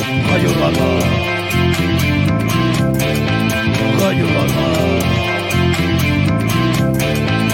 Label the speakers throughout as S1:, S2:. S1: Radio Mama. Radio Mama.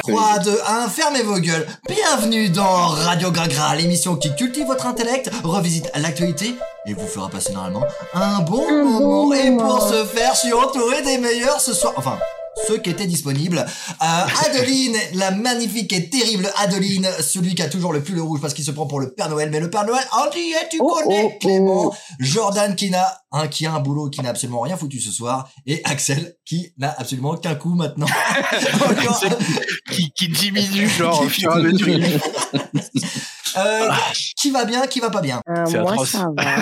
S2: 3, 2, 1, fermez vos gueules. Bienvenue dans Radio Gragra, l'émission qui cultive votre intellect, revisite l'actualité et vous fera passer normalement un bon
S3: Un bon
S2: moment. et
S3: moment.
S2: pour ce faire, je suis entouré des meilleurs ce soir. Enfin. Ceux qui étaient disponibles. Euh, Adeline, la magnifique et terrible Adeline, celui qui a toujours le pull rouge parce qu'il se prend pour le Père Noël, mais le Père Noël, Andy, tu
S3: Oh,
S2: connais
S3: oh, oh.
S2: Clément. Jordan qui n'a un qui a un boulot qui n'a absolument rien foutu ce soir et Axel qui n'a absolument qu'un coup maintenant. Encore.
S4: qui, qui diminue genre au fur et à mesure. Il est
S2: Euh, qui va bien, qui va pas bien.
S3: Euh,
S4: C'est
S3: moi,
S4: atroce.
S3: ça va.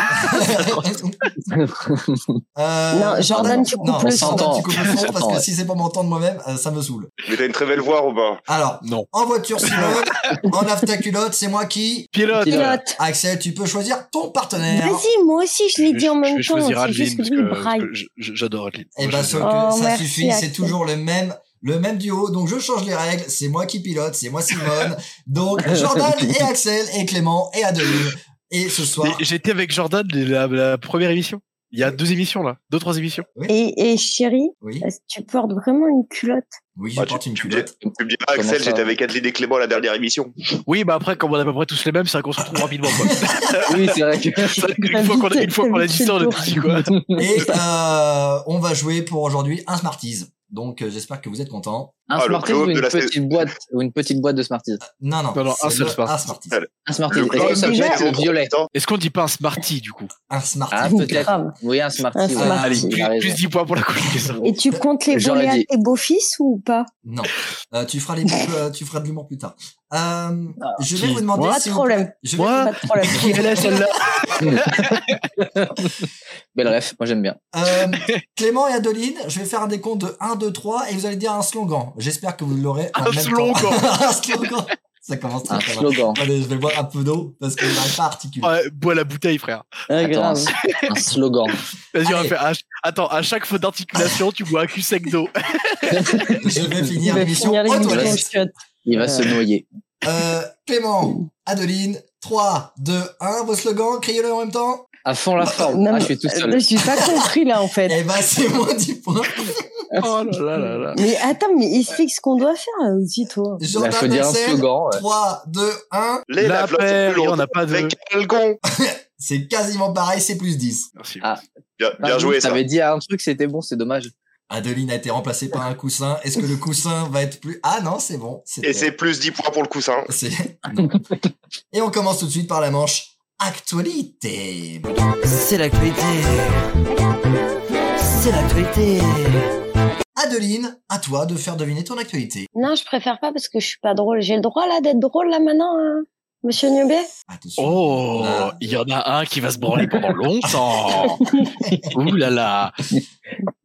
S2: Euh,
S3: Non, Jordan, tu coupes le
S2: Jordan,
S3: son.
S2: tu coupes le son,
S5: On
S2: parce
S5: s'entend,
S2: que
S5: ouais.
S2: si c'est pour m'entendre moi-même, euh, ça me saoule.
S6: Mais t'as une très belle voix, Robin.
S2: Alors,
S4: Non.
S2: en voiture Simone, en after-culotte, c'est moi qui.
S4: Pilote.
S3: Pilote.
S2: Axel, tu peux choisir ton partenaire.
S3: Vas-y, moi aussi, je l'ai dit en
S4: Je- je
S3: même
S4: vais
S3: temps.
S4: choisir
S3: C'est
S4: Adeline
S3: juste que
S4: parce
S3: lui, il
S4: que, parce
S3: braille.
S4: que j- j- j'adore Adeline.
S2: Et
S4: Moi,
S2: bah,
S4: j'adore.
S2: sauf que
S3: Oh,
S2: ça
S3: merci,
S2: suffit, c'est
S3: Axel.
S2: toujours le même, le même duo. Donc, je change les règles. C'est moi qui pilote, c'est moi Simone. Donc, Jordan et Axel et Clément et Adeline. Et ce soir,
S4: Et J'étais avec Jordan de la, la première émission. Il y a deux émissions là, deux trois émissions.
S3: Et, et chérie,
S2: oui,
S3: est-ce que tu portes vraiment une culotte
S2: oui, je
S6: Ah,
S2: porte
S6: tu,
S2: une
S6: tu me
S2: culotte.
S6: diras, tu me diras, Axel,
S5: ça
S6: j'étais avec Adeline et Clément à la dernière émission.
S4: Oui, bah après comme on a à peu près tous les mêmes, c'est vrai qu'on se retrouve rapidement. Quoi.
S5: Oui, c'est vrai que.
S4: C'est vrai qu'une fois qu'on a, une fois qu'on a dit ça, on a dit quoi
S2: Et euh, on va jouer pour aujourd'hui un Smarties. Donc, euh, j'espère que vous êtes contents.
S5: Un
S6: Ah, le
S5: Smarties
S6: globe
S5: ou
S6: de
S5: une
S6: la
S5: petite boîte ou une petite boîte de Smarties.
S2: Non, non,
S4: Non, non, un
S2: c'est
S4: seul
S2: le-
S4: Smarties.
S2: Un Smarties.
S5: Un Smarties. Est-ce
S6: club,
S5: que ça peut
S3: déjà,
S5: être le
S6: c'est
S5: violet
S6: trop
S4: Est-ce qu'on dit pas un Smarty du coup
S2: Un Smarties.
S5: Ah, peut-être.
S3: Grave.
S5: Oui, un Smarties.
S3: Un
S5: ouais.
S3: Smarties.
S4: Allez,
S5: Il
S4: plus,
S5: a raison.
S4: plus 10 points pour la question.
S3: Ah, Et tu comptes les
S5: J'aurais
S3: voler à
S5: dit.
S3: tes beaux-fils ou pas
S2: Non, Euh, tu feras les boucles, euh, tu feras de l'humour plus tard. Euh, je vais
S4: qui-
S2: vous demander
S3: Pas
S2: si
S3: de
S2: vous-
S3: problème.
S2: je vais-
S4: Moi
S3: Pas de problème.
S4: Qui est là celle-là
S5: Belle ref, moi j'aime bien.
S2: Euh, Clément et Adeline, je vais faire un décompte de 1, 2, 3 et vous allez dire un slogan. J'espère que vous l'aurez en
S4: Un
S2: même
S4: slogan.
S2: temps. un slogan. Ça commence très
S5: Un
S2: très mal.
S5: slogan.
S2: Attendez, je vais boire un peu d'eau parce que je n'arrive pas à articuler.
S4: Ouais, Bois la bouteille frère.
S5: Attends,
S3: grave.
S5: un, un slogan.
S4: Vas-y, on va
S2: Allez.
S4: faire. à ch- Attends, à chaque faute d'articulation, tu bois un cul sec d'eau.
S2: Je vais
S3: Il
S2: finir
S3: va
S2: l'émission
S3: finir
S2: aux
S3: l'émission
S2: toilettes.
S3: en culotte.
S5: Il va
S3: Euh.
S5: se noyer.
S2: Euh, Clément, Adeline, 3, 2, 1, vos slogans, criez-le en même temps.
S5: À fond la forme.
S3: Non,
S5: Ah,
S3: mais
S5: je suis tout
S3: euh,
S5: seul.
S3: j'ai pas compris là en fait.
S2: Eh ben, c'est moins 10 points.
S4: Oh
S3: Ah,
S4: là là là là.
S3: Mais attends, mais explique ce qu'on doit faire euh, là aussi, toi.
S5: Il faut
S2: Jordan
S5: dire un
S2: Axel,
S5: slogan. ouais.
S2: 3, 2, 1.
S6: Les
S4: La
S6: flotte,
S4: paire,
S6: c'est
S4: et
S6: plus
S4: on n'a
S6: longtemps
S4: pas de-
S6: Avec Algon.
S2: C'est quasiment pareil, c'est plus 10.
S4: Merci.
S5: Ah.
S6: Bien, bien
S5: Ah,
S6: joué, ça.
S5: T'avais dit un truc, c'était bon, c'est dommage.
S2: Adeline a été remplacée par un coussin. Est-ce que le coussin va être plus... Ah non, c'est bon.
S6: Et c'est plus 10 points pour le hein. coussin.
S2: C'est- non. Et on commence tout de suite par la manche actualité.
S7: C'est l'actualité. C'est l'actualité.
S2: Adeline, à toi de faire deviner ton actualité.
S3: Non, je préfère pas parce que je suis pas drôle. J'ai le droit là d'être drôle là maintenant, hein, monsieur Nubet
S2: Attention.
S4: Oh,
S2: Là.
S4: il y en a un qui va se branler pendant longtemps. Ouh là là.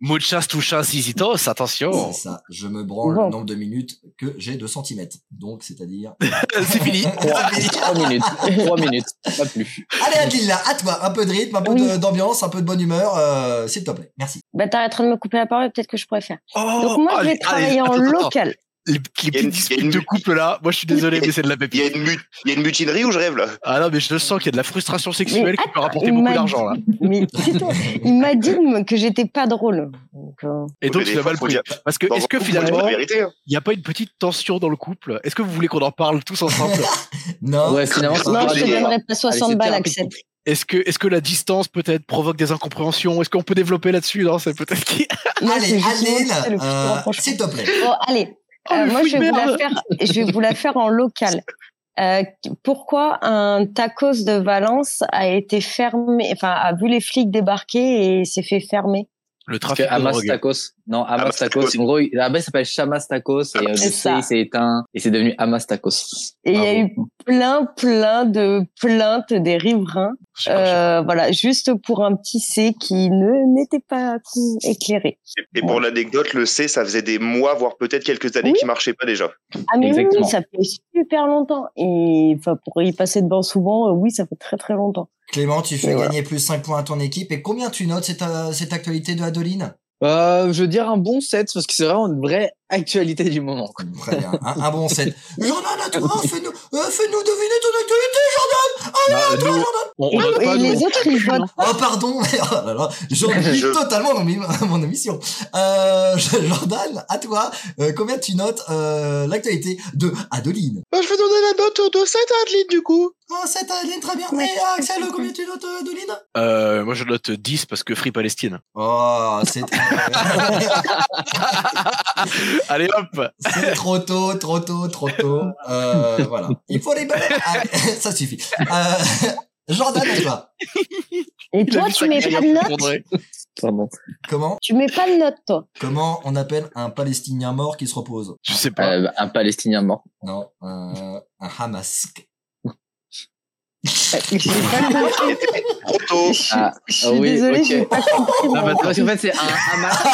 S4: Muchas touchas isitos, attention.
S2: C'est ça. Je me branle
S3: Bon.
S2: le nombre de minutes que j'ai de centimètres. Donc, c'est-à-dire...
S6: Euh,
S4: C'est fini.
S5: Trois trois minutes. Trois minutes. Pas plus.
S2: Allez, Adeline, là, à toi. Un peu de rythme, un peu
S3: Oui.
S2: de- d'ambiance, un peu de bonne humeur. euh, S'il te plaît. Merci.
S3: Bah t'arrêteras de me couper la parole, peut-être que je pourrais faire.
S4: Oh,
S3: Donc moi, je
S4: allez,
S3: vais travailler
S4: allez,
S3: en
S4: attends, attends, attends.
S3: local.
S4: Les, les
S6: Il y a une-
S4: petites
S6: il
S4: disputes
S6: y a une-
S4: de couple là, moi je suis désolé, mais c'est de la
S6: Il y, a
S4: pépite.
S6: une mut- il y a une mutinerie où je rêve, là
S4: Ah non, mais je le sens qu'il y a de la frustration sexuelle qui peut rapporter
S3: il
S4: beaucoup
S3: m'a-
S4: d'argent là.
S3: Mais tais-toi. il m'a dit me- que j'étais pas drôle. Donc, euh,
S4: Et
S6: Oui, mais
S4: donc
S6: des
S4: tu l'as
S6: fois,
S4: mal
S6: faut
S4: pris.
S6: dire-
S4: Parce que
S6: Dans
S4: est-ce
S6: un
S4: que
S6: couple, faut dire
S4: finalement,
S6: la vérité, hein.
S4: il n'y a pas une petite tension dans le couple Est-ce que vous voulez qu'on en parle tous ensemble
S2: Hein Non.
S5: Ouais, finalement,
S4: Ah,
S2: c'est
S5: c'est
S3: non,
S2: pas
S5: pas
S3: je te
S6: Allez,
S3: donnerai pas
S5: Allez,
S3: 60
S5: c'est
S3: balles,
S5: thérapie de
S3: Axel.
S5: couple.
S4: Est-ce que, est que la distance peut-être provoque des incompréhensions Est-ce qu'on peut développer là-dessus Non, c'est peut-être qui.
S3: Moi,
S2: Allez,
S3: c'est juste
S2: Adeline,
S3: moi, c'est le plus
S2: euh,
S3: grand, franchement.
S2: s'il te plaît.
S3: Bon, allez.
S4: Oh,
S3: Euh,
S4: le
S3: moi,
S4: fou
S3: je vais,
S4: de
S3: vous la
S4: merde.
S3: faire, je vais vous la faire en local. Euh, pourquoi un tacos de Valence a été fermé, enfin, a vu les flics débarquer et s'est fait fermer
S4: Le
S5: Parce
S4: trafic
S5: que
S4: de
S5: Hamas
S4: drogue.
S5: Tacos, non, Hamas,
S6: Hamas
S5: Tacos,
S6: Tacos.
S5: en gros, il- là-bas, il s'appelle Shamas Tacos, et euh, le
S3: C'est
S5: C,
S3: ça.
S5: il s'est éteint, et c'est devenu Hamas Tacos.
S3: Et il
S4: Ah
S3: y a
S5: Bravo.
S3: eu plein, plein de plaintes des riverains,
S4: Je sais pas, je sais
S3: euh, voilà, juste pour un petit C qui ne n'était pas éclairé.
S6: Et pour l'anecdote, le C, ça faisait des mois, voire peut-être quelques années,
S3: Oui.
S6: qui marchait pas déjà.
S3: Ah mais oui,
S5: Exactement.
S3: oui, ça fait super longtemps. Et enfin, pour y passer devant souvent, euh, oui, ça fait très très longtemps.
S2: Clément, tu fais
S3: Et voilà.
S2: gagner plus 5 points à ton équipe. Et combien tu notes cette, euh, cette actualité de Adeline
S5: Euh, je veux dire un bon 7, parce que c'est vraiment une vraie Actualité du moment.
S3: Oh
S5: quoi.
S2: Très bien. Un, un bon set. Jordan, à toi, fais-nous, euh, fais-nous deviner ton actualité, Jordan. Allez,
S4: Ah,
S2: à toi,
S4: nous-
S2: Jordan.
S4: On, on
S5: Bah,
S3: Non,
S4: note pas,
S3: et
S4: nous.
S3: les autres, ils votent.
S2: Oh pardon, mais oh là là, j'oublie
S6: Je-
S2: totalement mon, émi- mon émission. Euh, Jordan, à toi, euh, combien tu notes euh, l'actualité de Adeline
S6: Bah, je vais donner la note de 7 à Adeline, du coup.
S2: Oh, cette Adeline, très bien.
S3: Ouais.
S2: Et euh, Axel, combien tu notes euh, Adeline
S4: Euh, moi, je note 10 parce que Free Palestine.
S2: Oh, c'est
S4: Allez, hop
S2: c'est trop tôt, trop tôt, trop tôt. Euh, voilà. Il faut les bananes. Ah, ça suffit. Euh, Jordan, à toi.
S3: Et
S4: Il a
S3: toi,
S4: vu
S3: tu
S4: ça
S3: mets
S4: crier
S3: pas de
S4: pour
S3: notes
S4: André.
S5: Pardon.
S2: Comment,
S3: Tu mets pas de notes, toi.
S2: comment on appelle un Palestinien mort qui se repose
S4: Je sais pas.
S5: Euh, un Palestinien mort.
S2: Non, un, un Hamas.
S3: J'ai pas compris.
S6: Trop tôt.
S3: Je suis-
S5: Ah,
S3: je suis
S5: ah oui,
S3: désolée,
S5: ok.
S3: j'ai pas compris.
S5: Non,
S3: moi.
S5: mais parce qu'en fait, c'est un, un masque.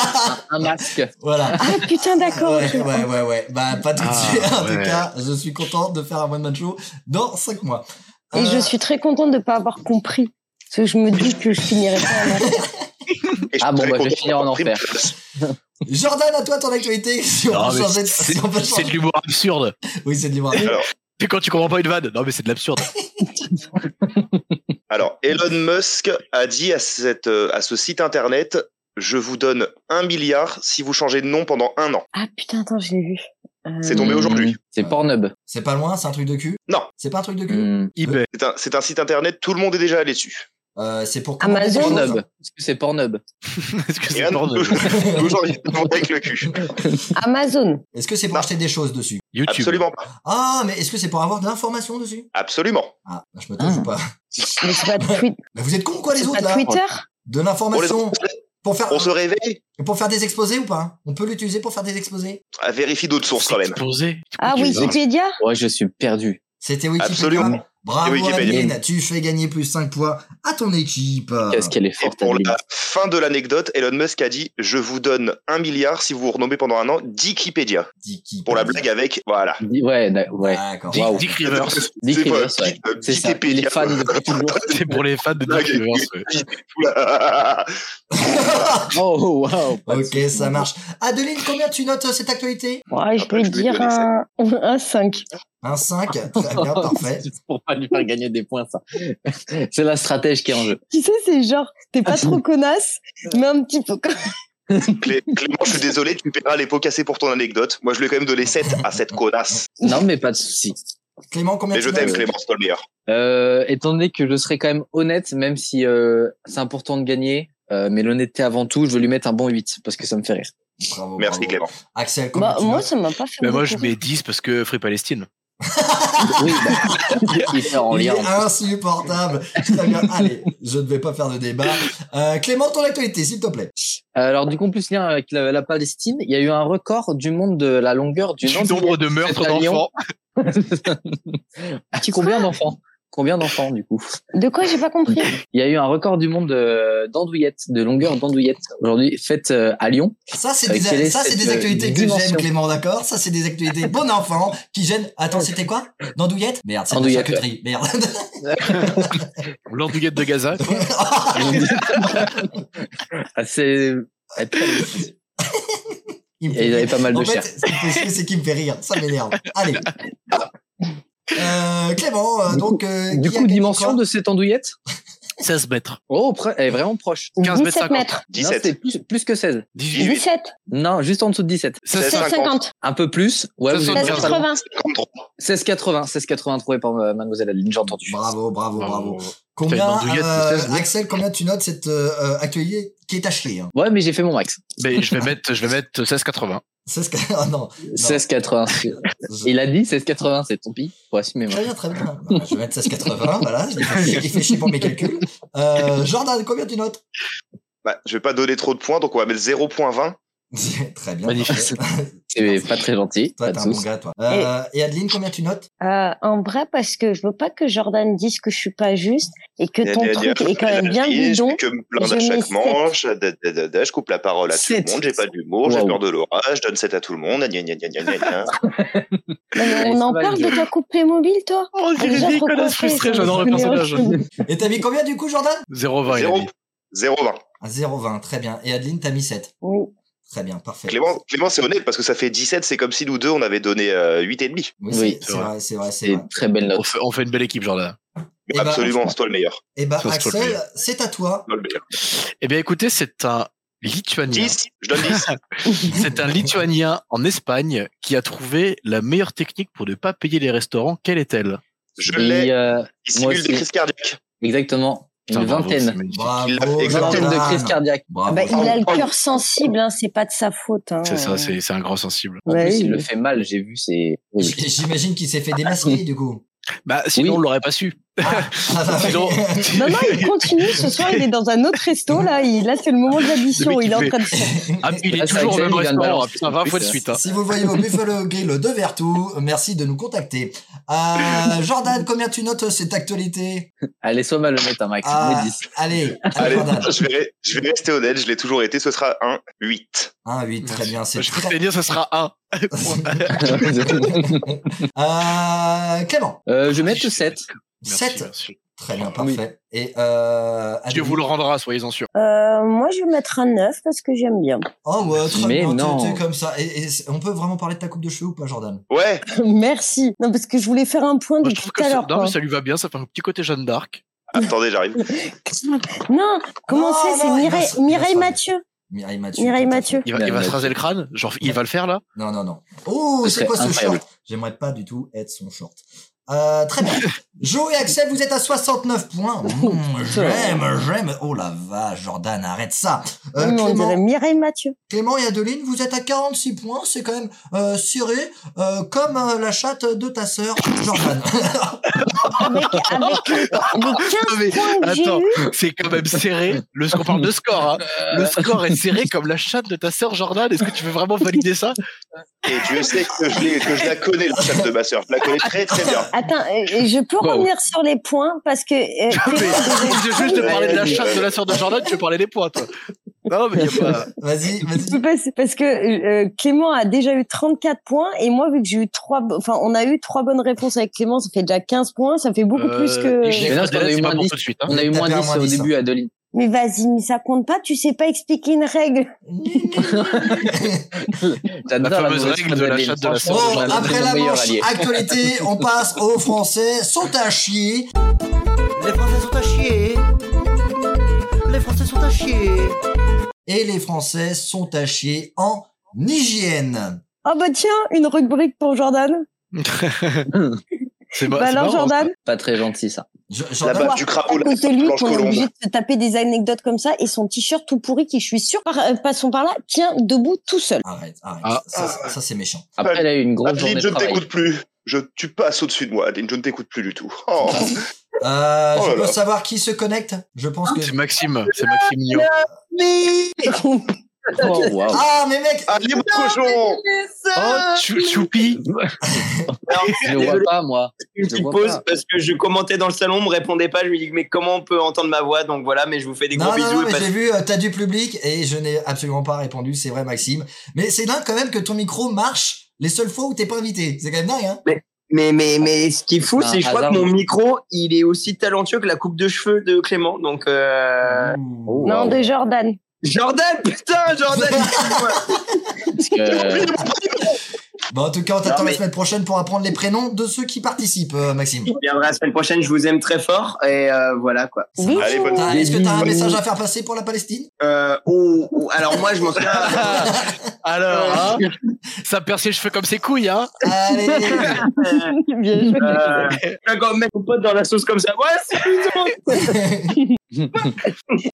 S5: Un, un masque.
S2: Voilà.
S3: Ah putain, d'accord.
S2: Ouais,
S3: ok.
S2: ouais, ouais, ouais. Bah, pas tout de
S4: Ah,
S2: suite. En tout
S4: ouais.
S2: cas, je suis content de faire un one-man show dans 5 mois.
S3: Et
S2: Euh,
S3: je suis très contente de ne pas avoir compris. Parce que je me dis que je finirai pas en enfer.
S6: Et
S5: Ah
S6: suis très
S5: bon, bah, je vais
S6: content
S5: finir en
S6: d'avoir pris
S5: enfer.
S6: ma place.
S2: Jordan, à toi ton actualité. Si on
S3: Ah,
S4: Non,
S2: peut
S4: mais
S2: changer de-
S4: c'est
S2: si on peut
S4: c'est de
S2: changer-
S4: l'humour absurde.
S2: Oui, c'est de l'humour.
S6: Alors,
S4: C'est quand tu comprends pas une vanne. Non, mais c'est de l'absurde.
S6: alors, Elon Musk a dit à, cette, euh, à ce site internet Je vous donne un milliard si vous changez de nom pendant un an.
S3: Ah putain, attends, je l'ai vu. Euh,
S6: C'est tombé aujourd'hui.
S5: Hmm. C'est Pornhub.
S2: C'est pas loin, c'est un truc de cul
S6: Non.
S2: C'est pas un truc de
S4: Mm.
S2: cul
S5: Hmm.
S4: eBay.
S6: C'est un, c'est un site internet, tout le monde est déjà allé dessus.
S2: Euh, C'est pour
S3: Amazon
S2: commander des
S5: Pornhub. Est-ce que c'est Pornhub
S4: Est-ce que
S6: Et
S4: c'est
S6: un
S4: porno
S2: choses.
S6: Toujours il est avec le cul.
S3: Euh, Amazon.
S2: Est-ce que c'est pour acheter des choses dessus
S4: YouTube.
S6: Absolument pas.
S2: Ah, mais est-ce que c'est pour avoir de l'information dessus
S6: Absolument.
S2: Ah, je me trompe
S5: Ah.
S2: ou pas.
S3: Mais c'est pas, Twi-
S2: Mais vous êtes cons ou quoi les
S3: c'est
S2: autres
S3: pas
S2: là
S3: Twitter
S2: De
S6: On, les-
S2: l'information pour faire
S6: on se réveille
S2: pour faire des exposés ou pas On peut l'utiliser pour faire des exposés
S6: à vérifier d'autres sources quand même.
S4: Exposé.
S3: Ah oui,
S5: Twitter.
S3: Wikipédia
S5: Ouais, je suis perdu.
S2: C'était Wikipédia.
S6: Absolument.
S2: Bravo
S6: Et Wikipédia.
S2: Adeline, tu fais gagner plus 5 points à ton équipe. euh,
S5: Qu'est-ce qu'elle est
S6: Ah. Et
S5: forte,
S6: pour
S5: Adeline.
S6: la fin de l'anecdote, Elon Musk a dit Je vous donne un milliard si vous vous renommez pendant un an Dikipédia.
S2: Dis qui
S6: Pour la
S2: parle.
S6: blague avec. Voilà.
S5: Dis- Ouais, d'ac- ouais.
S2: D'accord.
S5: Waouh.
S4: Dick Rivers.
S5: Dick
S6: C'est pas-
S5: Rivers, ouais.
S6: Dick- euh,
S5: C'est ça.
S6: Wikipédia.
S5: Les fans de toujours.
S4: C'est pour les fans de Dick
S6: Blague.
S4: Rivers. ouais.
S6: Oula.
S5: Oh, wow. pas de
S2: Ok,
S5: soucis.
S2: ça marche. Adeline, combien tu notes euh, cette actualité
S3: Ouais, je
S6: Après,
S3: vais
S6: je vais
S3: dire
S6: donner
S3: un, un 5.
S2: Un 5, très bien, parfait.
S5: C'est pour pas lui faire gagner des points, ça. C'est la stratège qui est en jeu.
S3: Tu sais, c'est genre, t'es pas trop connasse, mais un petit peu quand
S6: Clé- Clément, je suis désolé, tu paieras les pots cassés pour ton anecdote. Moi, je lui ai quand même donné 7 à cette connasse.
S5: Non, mais pas de souci.
S2: Clément, combien
S6: Mais
S2: tu
S6: je t'aime,
S2: notes
S6: Clément, c'est toi le meilleur.
S5: Euh, étant donné que je serai quand même honnête, même si euh, c'est important de gagner, euh, mais l'honnêteté avant tout, je vais lui mettre un bon 8 parce que ça me fait rire.
S2: Bravo,
S6: Merci,
S2: bravo.
S6: Clément.
S2: Axel, combien
S3: Bah,
S2: tu
S3: moi,
S2: notes
S3: ça m'a pas fait.
S4: Mais moi, je
S3: beaucoup rire.
S4: mets 10 parce que Free Palestine.
S5: Oui, bah, il fait en
S2: Il
S5: lien.
S2: est insupportable. Très bien. Allez, je ne vais pas faire de débat. Euh, Clément, ton actualité, s'il te plaît.
S5: Euh, Alors du coup, en plus lien avec la, la Palestine, il y a eu un record du monde de la longueur du
S4: Du nombre de meurtres d'enfants.
S5: Petit combien d'enfants Combien d'enfants du coup
S3: De quoi j'ai pas compris
S5: Il y a eu un record du monde euh, d'andouillettes, de longueur d'andouillettes aujourd'hui faite euh, à Lyon.
S2: Ça, c'est
S5: Euh,
S2: des,
S5: quelle est
S2: ça, c'est
S5: cette,
S2: des actualités
S5: euh,
S2: que j'aime,
S5: dimension
S2: Clément, d'accord Ça, c'est des actualités bon enfant qui gênent. Attends, c'était quoi D'Andouillette Merde, c'est de la
S5: Andouillette,
S2: charcuterie. Merde.
S4: L'andouillette de Gaza. quoi.
S2: Ah,
S5: Assez elle est très difficile.
S2: Il me fait
S5: Et ils avaient pas mal
S2: En
S5: de
S2: fait,
S5: chair.
S2: c'est c'est- c'est qui me fait rire, ça m'énerve. Allez. Euh, Clément, euh,
S5: Du
S2: donc. euh,
S5: Du
S2: qui a
S5: coup,
S2: gagné
S5: dimension
S2: quoi
S5: de cette andouillette
S4: 16 mètres.
S5: Oh, pre- elle est vraiment proche.
S4: 15 mètres
S3: 17
S4: 50.
S3: mètres.
S5: Non,
S6: 17.
S5: c'est plus, plus que 16.
S4: 18.
S3: 17.
S5: Non, juste en dessous de 17.
S4: 16,
S6: 16.
S3: 750.
S5: Un peu plus. Ouais, vous êtes bien
S4: 16,80.
S5: pas loin.
S3: 80.
S6: 53.
S5: 16,80. 16,80 trouvé par euh, mademoiselle Adeline, j'ai entendu.
S2: Bravo, bravo,
S5: Mmh.
S2: bravo.
S4: Bravo. Putain, une
S2: Combien,
S4: andouillette,
S2: euh,
S4: c'est ça, je
S2: Axel, combien tu notes cette euh, euh, actualité qui est à chier hein
S5: Ouais, mais j'ai fait mon max.
S4: Mais je vais mettre, je vais mettre 16,80.
S2: C'est ce que. Ah non.
S5: 16,80.
S2: je-
S5: Il a dit 16,80, c'est ton pis. Faut assumer, moi.
S2: Très bien, très bien. Bah, Je vais mettre 1680, voilà. Il fait chier- il fait chier pour mes calculs. Euh, Jordan, combien tu notes
S6: Bah, je vais pas donner trop de points, donc on va mettre 0.20.
S2: Très bien.
S5: Magnifique.
S2: parfait.
S5: C'est pas très gentil.
S2: Toi,
S5: Pas
S2: t'es
S5: de
S2: un bon
S5: soucis.
S2: gars, toi. Euh, et Adeline, combien tu notes
S3: Euh, en vrai, parce que je veux pas que Jordan dise que je suis pas juste et que ton
S6: Gna, gna,
S3: truc
S6: gna,
S3: est quand même bien
S6: je fais
S3: bidon.
S6: que me plaindre
S3: Je
S6: à
S3: mets
S6: chaque
S3: sept.
S6: manche. Da, da, da, da, je coupe la parole à tout le
S5: Sept.
S6: monde. J'ai pas d'humour, j'ai
S5: Wow.
S6: peur de l'orage. Je donne 7 à tout le monde. Gna, gna, gna, gna, gna, gna.
S3: Non, mais
S5: Allez,
S3: on
S5: ça
S3: en
S5: va,
S3: parle
S5: je-
S3: de ta coupe Playmobil, toi
S4: Oh,
S3: Ah, déjà, trop coincé, ça,
S4: j'adore le
S3: mais
S4: personnage.
S3: oh, je-
S2: Et t'as mis combien du coup, Jordan
S4: 0,20. il a
S6: Zéro.
S4: mis.
S6: 0.20.
S2: Un 0,20, très bien. Et Adeline, t'as mis 7.
S3: Oui.
S2: Très bien, parfait.
S6: Clément, Clément c'est honnête parce que ça fait 17, c'est comme si nous deux on avait donné euh, 8 et demi.
S2: Oui, c'est-
S5: Oui,
S2: c'est
S4: c'est
S2: vrai, c'est vrai, c'est
S5: C'est
S2: vrai.
S5: une très belle
S4: On
S5: note.
S4: fait, on fait une belle équipe, genre là.
S2: Eh ben,
S6: Absolument, c'est toi le meilleur.
S2: Eh ben,
S4: Sur Stroll,
S2: Axel,
S4: oui.
S2: c'est à toi.
S6: Toi le meilleur.
S4: Eh bien, écoutez, c'est un Lituanien.
S6: 10, je donne 10.
S4: C'est un Lituanien en Espagne qui a trouvé la meilleure technique pour ne pas payer les restaurants. Quelle est-elle
S6: Je
S5: Il,
S6: l'ai.
S5: euh,
S6: Il
S5: moi
S6: simule des
S5: aussi.
S6: crises cardiaques.
S5: exactement. Une
S4: Putain, bravo, c'est
S5: vingtaine.
S4: magnifique.
S2: Bravo.
S6: Il a-
S5: Une vingtaine de
S2: Jordan.
S5: crises cardiaques.
S2: Bravo.
S3: Bah, il a le
S6: Oh, oh.
S3: cœur sensible, hein, c'est pas de sa faute. Hein.
S4: C'est ça, c'est c'est un grand sensible.
S5: En
S3: Ouais,
S5: plus, il
S3: il-
S5: le fait mal, j'ai vu, c'est... horrible.
S2: J'imagine qu'il s'est fait démasquer du coup.
S4: Bah, sinon,
S5: Oui.
S4: on l'aurait pas su. Sinon,
S3: Non, Bah, non, il continue. Ce soir, il est dans un autre resto. Là, il, là c'est le moment de l'addition.
S4: Le mec,
S3: Il est en
S4: il
S3: train de.
S4: Ah, puis il est
S5: Ah, ça,
S4: toujours au
S5: Axel,
S4: même
S5: il vient de
S4: restaurant.
S5: balancer.
S4: Putain, 20 fois de suite. hein.
S2: si vous le voyez au Buffalo Grill de Vertou, merci de nous contacter. Euh, Jordan, combien tu notes cette actualité
S5: Allez, sois malhonnête, hein, Max.
S2: Ah.
S5: Moi, 10.
S2: Allez, allez,
S3: Ah,
S6: Allez,
S2: Jordan.
S6: je vais, je vais rester honnête, je l'ai toujours été, ce sera un 8.
S2: 1, 8, Ah très bien. C'est
S4: Je peux
S2: très...
S4: te dire, ce sera un.
S2: Euh, Clément,
S5: euh, je vais mettre 7.
S4: Merci,
S2: 7,
S4: merci.
S2: très bien, parfait. Et euh,
S4: Dieu
S2: Adeline
S4: vous le rendra, soyez-en sûrs.
S3: Euh, moi, je vais mettre un 9 parce que j'aime bien.
S2: Oh ouais, très
S5: Mais
S2: bien, tu-
S5: non.
S2: tu es comme ça. Et, et c'est- on peut vraiment parler de ta coupe de cheveux ou pas, Jordan
S6: Ouais,
S3: Merci. Non, parce que je voulais faire un point
S4: Moi, je
S3: depuis
S4: trouve
S3: tout
S4: que
S3: à
S4: ça,
S3: l'heure.
S4: non,
S3: quoi.
S4: mais ça lui va bien, ça fait un petit côté Jeanne d'Arc.
S6: attendez, j'arrive.
S3: Non, comment
S2: Non,
S3: c'est C'est
S2: non, il va
S3: Mireille,
S2: se- il va se
S3: Mireille
S2: ramener.
S3: Mathieu.
S2: Mireille Mathieu.
S3: Mireille
S2: tout à
S3: Mathieu.
S4: Il va,
S5: Ouais,
S4: il va
S5: ouais.
S4: se raser le crâne Genre, il va le faire là
S2: fait. Non, non, non. Oh,
S5: Ce
S2: c'est
S5: serait
S2: quoi ce
S5: incroyable.
S2: short J'aimerais pas du tout être son short. Euh, très bien. Joe et Axel, vous êtes à 69 points.
S5: Oh,
S2: Mmh, j'aime, j'aime. Oh la vache, Jordan, arrête ça. Euh,
S3: Oui, mais on dirait
S2: Clément,
S3: Mireille Mathieu.
S2: Clément et Adeline, vous êtes à 46 points. C'est quand même euh, serré, euh, comme euh, la chatte de ta sœur, Jordan.
S3: Avec, avec les, les 15
S4: mais
S3: points que j'ai
S4: attends.
S3: eus.
S4: C'est quand même serré. Le, on parle de score. Hein. Le score est serré comme la chatte de ta sœur Jordan. Est-ce que tu veux vraiment valider ça
S6: Et Dieu sait que je, l'ai- que je la connais, la chatte de ma sœur. Je la connais très très bien.
S3: Attends, euh, je peux
S5: Wow.
S3: revenir sur les points parce que.
S4: Mais
S3: euh,
S4: je veux juste te parler de la
S6: Ouais,
S4: chatte de la sœur de Jordan. Tu veux parler des points, toi Non, mais il y a pas.
S2: Vas-y, vas-y.
S3: Oui, Parce, parce que euh, Clément a déjà eu 34 points et moi vu que j'ai eu trois bo- enfin on a eu trois bonnes réponses avec Clément ça fait déjà 15 points ça fait beaucoup
S4: Euh,
S3: plus que
S4: J'ai
S5: Mais non,
S4: un
S5: parce qu'on a eu
S4: délai, c'est
S5: moins
S4: pas pour
S5: dix.
S4: tout de suite. hein.
S5: On a eu
S2: T'as
S5: moins
S2: fait un
S5: 10
S2: moins
S5: au
S2: 10,
S5: début, Adeline.
S3: mais vas-y mais ça compte pas tu sais pas expliquer une règle
S5: J'adore
S4: fameuse
S5: mauvaise
S4: règle de
S5: phrase
S4: la
S5: d'Adeline.
S4: chatte de la sœur
S5: Franchement,
S4: de
S2: Bon,
S5: c'est vraiment
S2: après
S5: mon
S2: la
S5: meilleur
S2: manche
S5: allié.
S2: actualité, on passe aux Français sont à chier.
S7: Les Français sont à chier. Les Français sont à chier.
S2: Et les Français sont à chier en hygiène.
S3: oh bah tiens une rubrique pour Jordan
S4: C'est ma-
S3: bah
S4: c'est
S3: alors
S4: marrant, ça.
S3: Jordan
S5: Pas très gentil, ça.
S2: Je-
S6: La
S2: Jordan,
S6: bave du crapaud,
S3: à
S6: la
S3: cause de lui
S6: planche
S3: qu'on est
S6: colombe.
S3: obligé de se taper des anecdotes comme ça et son t-shirt tout pourri qui je suis sûr par, euh, passons par là tient debout tout seul
S2: arrête, arrête.
S4: Ah.
S2: Ça, ça, ça, c'est méchant.
S5: Après, elle a eu une grosse
S6: Adeline,
S5: journée
S6: je
S5: de
S6: ne
S5: travail.
S6: t'écoute plus. Je, tu passes au-dessus de moi, Adeline, je ne t'écoute plus du tout. Oh.
S2: Euh,
S6: Oh
S2: je
S6: là
S2: peux
S6: là.
S2: savoir qui se connecte Je pense que.
S4: C'est Maxime. C'est Maxime Nio.
S5: Oh, waouh.
S2: Ah, mais mec
S6: Allez, mon cochon
S4: Oh, Chou- Choupi.
S8: Alors, en
S5: Je
S8: fait,
S5: le vois
S8: désolé,
S5: pas, moi.
S8: une
S5: je
S8: petite
S5: vois
S8: pause
S5: pas.
S8: parce que je commentais dans le salon, on me répondait pas. Je lui dis mais comment on peut entendre ma voix Donc voilà, mais je vous fais des
S2: non,
S8: gros
S2: non, non,
S8: bisous. et
S2: mais
S8: passez-
S2: j'ai vu, euh, t'as du public et je n'ai absolument pas répondu, c'est vrai Maxime. Mais c'est dingue quand même que ton micro marche les seules fois où t'es pas invité. C'est quand même dingue, hein
S8: mais, mais, mais ce qui est fou,
S5: C'est un
S8: c'est que je crois
S5: hasard,
S8: que mon
S5: mais-
S8: micro, il est aussi talentueux que la coupe de cheveux de Clément. Donc
S5: Mhm.
S8: euh...
S2: Ouh.
S3: non de Jordan
S8: Jordan, putain, Jordan excuse-moi.
S5: Parce que-
S2: Bon, Bah, en tout cas, on t'attend
S8: Non, mais-
S2: la semaine prochaine pour apprendre les prénoms de ceux qui participent, euh, Maxime.
S8: Je reviendrai la semaine prochaine. Je vous aime très fort et euh, voilà quoi.
S3: Bisous.
S6: Allez, bonne-
S2: T'as- Est-ce que t'as un
S8: Bisous.
S2: message à faire passer pour la Palestine
S8: Euh, ou- ou- alors moi, je m'en souviens.
S4: Alors, hein, ça perce les cheveux comme ses couilles, hein
S2: Allez
S3: bien joué
S8: Euh, je vais quand même mettre mon pote dans la sauce comme ça. Ouais, c'est bizarre.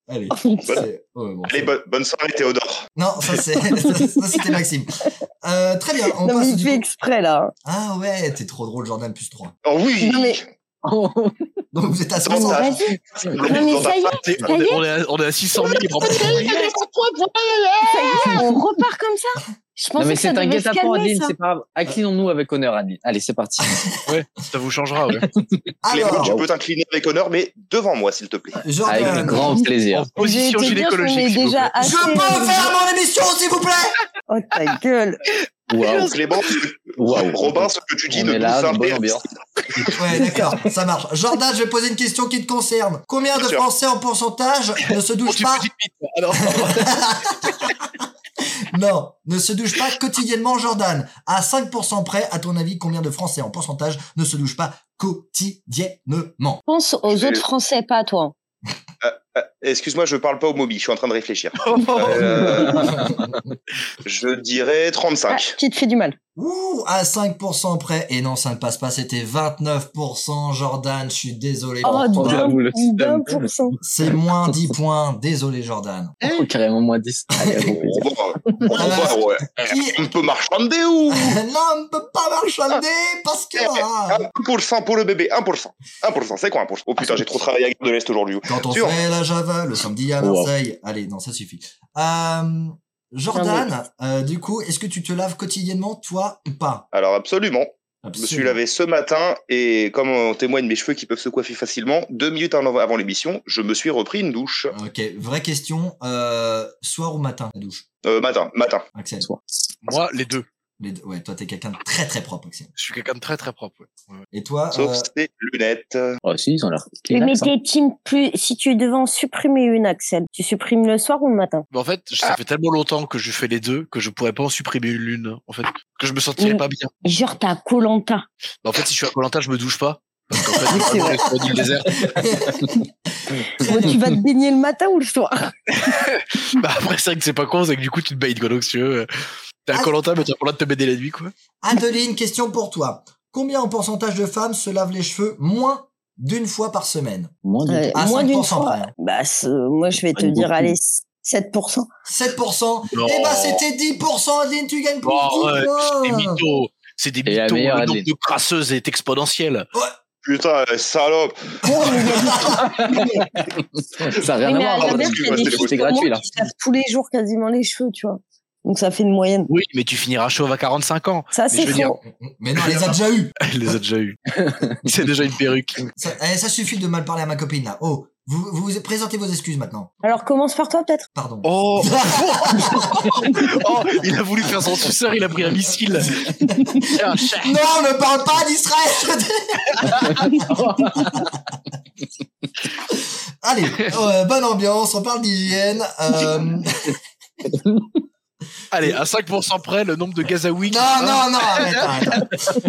S2: Allez. c'est- ouais, bon,
S6: Allez,
S2: c'est-
S6: bo- bonne soirée, Théodore.
S2: Non, ça c'est ça, c'était Maxime. Euh, très bien, on
S3: non mais
S2: passe
S3: il
S2: du
S3: fait
S2: coup-
S3: exprès là
S2: Ah ouais, t'es trop drôle Jordan plus 3.
S6: Oh oui
S3: Non, mais-
S2: Donc vous êtes à
S6: Comment
S3: Non,
S2: 60.
S6: ça
S3: vas-y
S6: Dans-
S3: mais
S6: dans
S3: ça
S6: ta
S3: y est,
S6: part, t'es-
S3: Ça
S4: on
S3: y
S4: est,
S3: est.
S4: on est à, on est à 600 000. il prend pas de points.
S3: Ça y est, on repart comme ça. Je
S5: Non,
S3: pensais
S5: mais
S3: que ça
S5: c'est un
S3: devait se
S5: guet-apens,
S3: calmer,
S5: Adeline,
S3: ça.
S5: c'est pas grave. Inclinons-nous avec honneur, Adeline. Allez, c'est parti.
S4: Ça vous changera, ouais.
S6: Clément, tu
S2: Alors,
S6: peux t'incliner avec honneur, mais devant moi, s'il te plaît.
S2: Jordan,
S5: Avec grand
S4: En
S5: plaisir.
S3: J'ai
S4: position
S3: été bien, je me
S4: gynécologique.
S3: mets
S4: s'il vous
S3: déjà
S4: plaît.
S3: assez- euh,
S2: je peux faire mon émission s'il vous plaît
S3: Oh ta gueule.
S5: Waouh.
S6: Clément, ce-
S5: Waouh.
S6: Robin, ce que tu dis
S5: On
S6: ne
S5: est
S6: nous
S5: là, bonne
S6: intéresse
S5: ambiance.
S2: Ouais, d'accord, ça marche. Jordan, je vais poser une question qui te concerne. Combien de
S6: Bien sûr.
S2: Français en pourcentage ne se
S4: Oh,
S2: douchent
S4: tu
S2: pas
S4: fais une bite, toi. Ah non.
S2: Non, ne se douche pas quotidiennement, Jordan. À 5% près, à ton avis, combien de Français en pourcentage ne se douchent pas quotidiennement
S3: Pense aux autres Français, pas à toi.
S6: Excuse-moi, je parle pas au Moby, je suis en train de réfléchir.
S4: Oh.
S6: Euh, je dirais
S3: Ah,
S6: 35.
S3: qui te fait du mal.
S2: Ouh, à 5% près. Et non, ça ne passe pas, c'était 29%, Jordan. Je suis désolé pour
S3: Oh,
S2: toi.
S5: j'avoue, le
S3: d'un
S5: système.
S3: pour cent.
S2: C'est moins 10 points. Désolé, Jordan.
S5: Oh, carrément moins 10. Allez, à bon
S6: On
S5: plaisir.
S6: va, ouais.
S2: Qui...
S6: On peut marchander ou
S2: Là, on ne peut pas marchander parce que... ah,
S6: ah,
S2: voilà.
S6: 1% pour le bébé, 1%. 1%, c'est quoi 1% Oh putain, j'ai trop travaillé à Gare de l'Est aujourd'hui.
S2: Quand on
S6: Sûr.
S2: fait la Java le samedi à
S5: Wow.
S2: Marseille. Allez, non, ça suffit. Euh, Jordan, euh, du coup, est-ce que tu te laves quotidiennement, toi, ou pas
S6: Alors absolument, je me suis
S2: Absolument.
S6: lavé ce matin et comme en témoignent mes cheveux qui peuvent se coiffer facilement, deux minutes avant avant l'émission, je me suis repris une douche.
S2: Ok, vraie question. Euh, soir ou matin, la douche
S6: Euh, matin, matin.
S2: Axel
S4: Moi, les deux.
S2: les deux- Ouais, toi, t'es quelqu'un de très très propre, Axel.
S4: Je suis quelqu'un de très très propre. ouais. Ouais, ouais.
S2: Et toi
S6: Sauf
S2: euh,
S6: ces lunettes.
S5: Oh, si, ils ont l'air.
S3: Mais
S5: relax, hein.
S3: t'es team plus. Si tu devais en supprimer une, Axel, tu supprimes le soir ou le matin
S4: Mais en fait, ça
S3: Ah.
S4: fait tellement longtemps que je fais les deux que je pourrais pas en supprimer une l'une, en fait. Que je me sentirais
S3: Mm.
S4: pas bien.
S3: Genre t'as Colanta.
S4: Mais en fait, si je suis à Colanta, je me douche pas. Parce qu'en fait, normalement, je suis dans le désert.
S3: tu vas te baigner le matin ou le soir
S4: Bah après, c'est vrai que c'est pas con, c'est que du coup, tu te baignes, quoi. Donc, si tu veux, euh, t'es à
S2: Ah.
S4: Colanta, mais t'as pas le droit de te baigner la nuit, quoi.
S2: Adeline, question pour toi. Combien en pourcentage de femmes se lavent les cheveux moins d'une fois par semaine
S5: hein. Moins de
S3: Ouais.
S2: À
S3: Euh, Moins d'une
S2: 5%
S3: fois.
S2: près. hein.
S3: Bah, c'est- moi, je vais te
S5: Pas
S3: dire,
S5: beaucoup.
S3: allez, 7%.
S2: 7%.
S4: Non.
S2: Eh ben, c'était 10%, Adeline, tu gagnes plus
S6: Bah,
S4: Bon,
S2: de 10
S4: arrête, C'est des
S2: points.
S4: mythos. C'est des
S5: Et la
S4: mythos.
S5: meilleure,
S4: Le nombre
S5: Adeline.
S4: de crasseuses est exponentiel.
S6: Putain, euh, salope.
S5: Ça n'a
S3: Oui,
S5: rien
S3: mais
S5: à
S3: à
S5: voir.
S3: l'inverse, il y a des
S6: Excuse-moi, c'était
S3: filles
S5: C'était
S3: comme
S5: gratuit,
S3: moi
S5: là.
S3: qui se lavent tous les jours quasiment les cheveux, tu vois. Donc, ça fait une moyenne.
S4: Oui, mais tu finiras chauve à 45 ans.
S3: Ça,
S4: je
S3: c'est
S4: veux
S3: faux.
S4: dire-
S2: Mais non, elle les a déjà eu.
S4: Elle les a déjà eu. c'est déjà une perruque.
S2: Ça, eh, ça suffit de mal parler à ma copine là. Oh, vous vous vous- présentez vos excuses maintenant.
S3: Alors, commence par toi, peut-être
S2: Pardon.
S4: Oh. oh Il a voulu faire son suceur, il a pris un missile. Tiens, chat.
S2: Non, ne parle pas d'Israël. Allez, euh, bonne ambiance. On parle d'hygiène. Euh, non,
S4: Allez, à 5% près, le nombre de Gazaouis. qui-
S2: non, non. Arrête, arrête.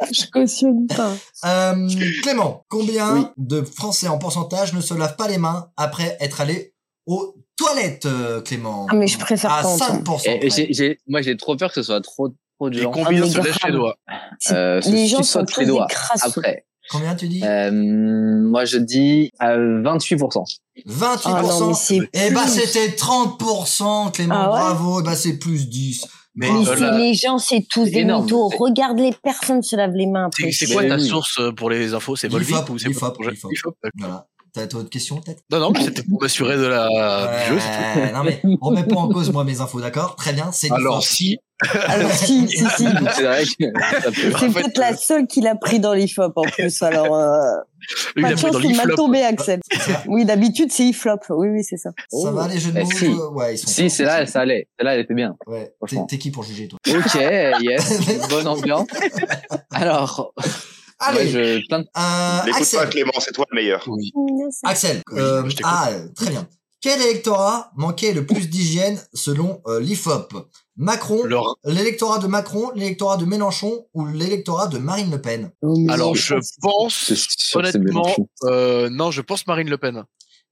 S3: Ah, Je cautionne pas.
S2: Euh, Clément, combien
S5: Oui.
S2: de Français en pourcentage ne se lavent pas les mains après être allés aux toilettes, euh, Clément
S3: Ah, mais je préfère
S2: À
S3: pas
S2: 5%.
S3: entendre.
S5: Et- et
S2: près.
S5: j'ai- j'ai- Moi, j'ai trop peur que ce soit trop, trop de
S4: Et
S5: gens.
S4: combien
S3: Ah, mais
S4: se lèchent les
S3: grave.
S4: doigts
S5: Euh, se
S3: les gens
S5: suçant
S3: sont
S5: tous
S3: tous
S5: les
S3: des
S5: doigts.
S3: crasseux.
S5: Après,
S2: Combien tu dis
S5: euh, moi, je dis à 28%.
S2: 28%.
S3: Ah non, mais c'est
S2: Eh ben,
S3: plus.
S2: c'était 30%, Clément,
S3: Ah ouais
S2: bravo. Eh ben, c'est plus 10.
S4: Mais
S2: Bravo.
S3: Mais
S4: euh,
S3: c'est
S4: la-
S3: les gens, c'est tous
S5: C'est
S3: des
S5: énorme.
S3: mythos.
S5: C'est-
S3: Regarde les personnes se lavent les mains
S4: c'est
S3: après.
S4: c'est quoi ta
S5: Mais oui.
S4: source euh, pour les infos C'est Volvic
S2: L'IFOP,
S4: ou c'est
S2: l'IFOP,
S4: pour-
S2: l'IFOP.
S4: l'IFOP, d'accord.
S2: Voilà. T'as d'autres questions, peut-être
S4: Non, non, mais c'était pour m'assurer de la du jeu, Ah, c'est tout.
S2: Euh, Non, mais on met pas en cause, moi, mes infos, d'accord Très bien, c'est
S4: Alors,
S2: l'IFOP.
S4: si.
S3: Alors, si, si, si.
S5: C'est vrai que ça peut-
S4: en
S3: C'est
S4: fait, euh,
S3: peut-être la seule qu'il a pris dans l'IFOP en plus. Alors, euh,
S4: Il
S3: pas
S4: a
S3: de
S4: pris
S3: chance,
S4: dans
S3: il m'a
S4: l'IFLOP.
S3: tombé, Axel. Oui, d'habitude, c'est IFLOP. Oui, oui, c'est ça.
S4: oh,
S2: Ça va, les jeux de
S5: Eh,
S2: mots
S5: si.
S2: euh, Ouais, ils sont.
S5: Si, c'est là, ça allait. Celle-là, elle était bien.
S2: Ouais. T'es-
S5: franchement.
S2: T'es qui pour juger, toi
S5: Ok, yes. Bonne ambiance. Alors, moi,
S2: Allez,
S5: je, plein de...
S2: euh,
S4: Ah,
S6: N'écoute pas
S2: Axel.
S6: Clément, c'est toi le meilleur.
S2: Axel,
S4: Oui,
S2: euh,
S4: je t'écoute.
S2: ah, euh, très bien. Quel électorat manquait le plus d'hygiène selon euh, l'IFOP Macron,
S4: Le Rhin.
S2: l'électorat de Macron, l'électorat de Mélenchon ou l'électorat de Marine Le Pen
S3: Oh,
S4: Alors, je pense,
S5: C'est sûr que c'est
S4: honnêtement,
S5: Mélenchon.
S4: euh, non, je pense Marine Le Pen.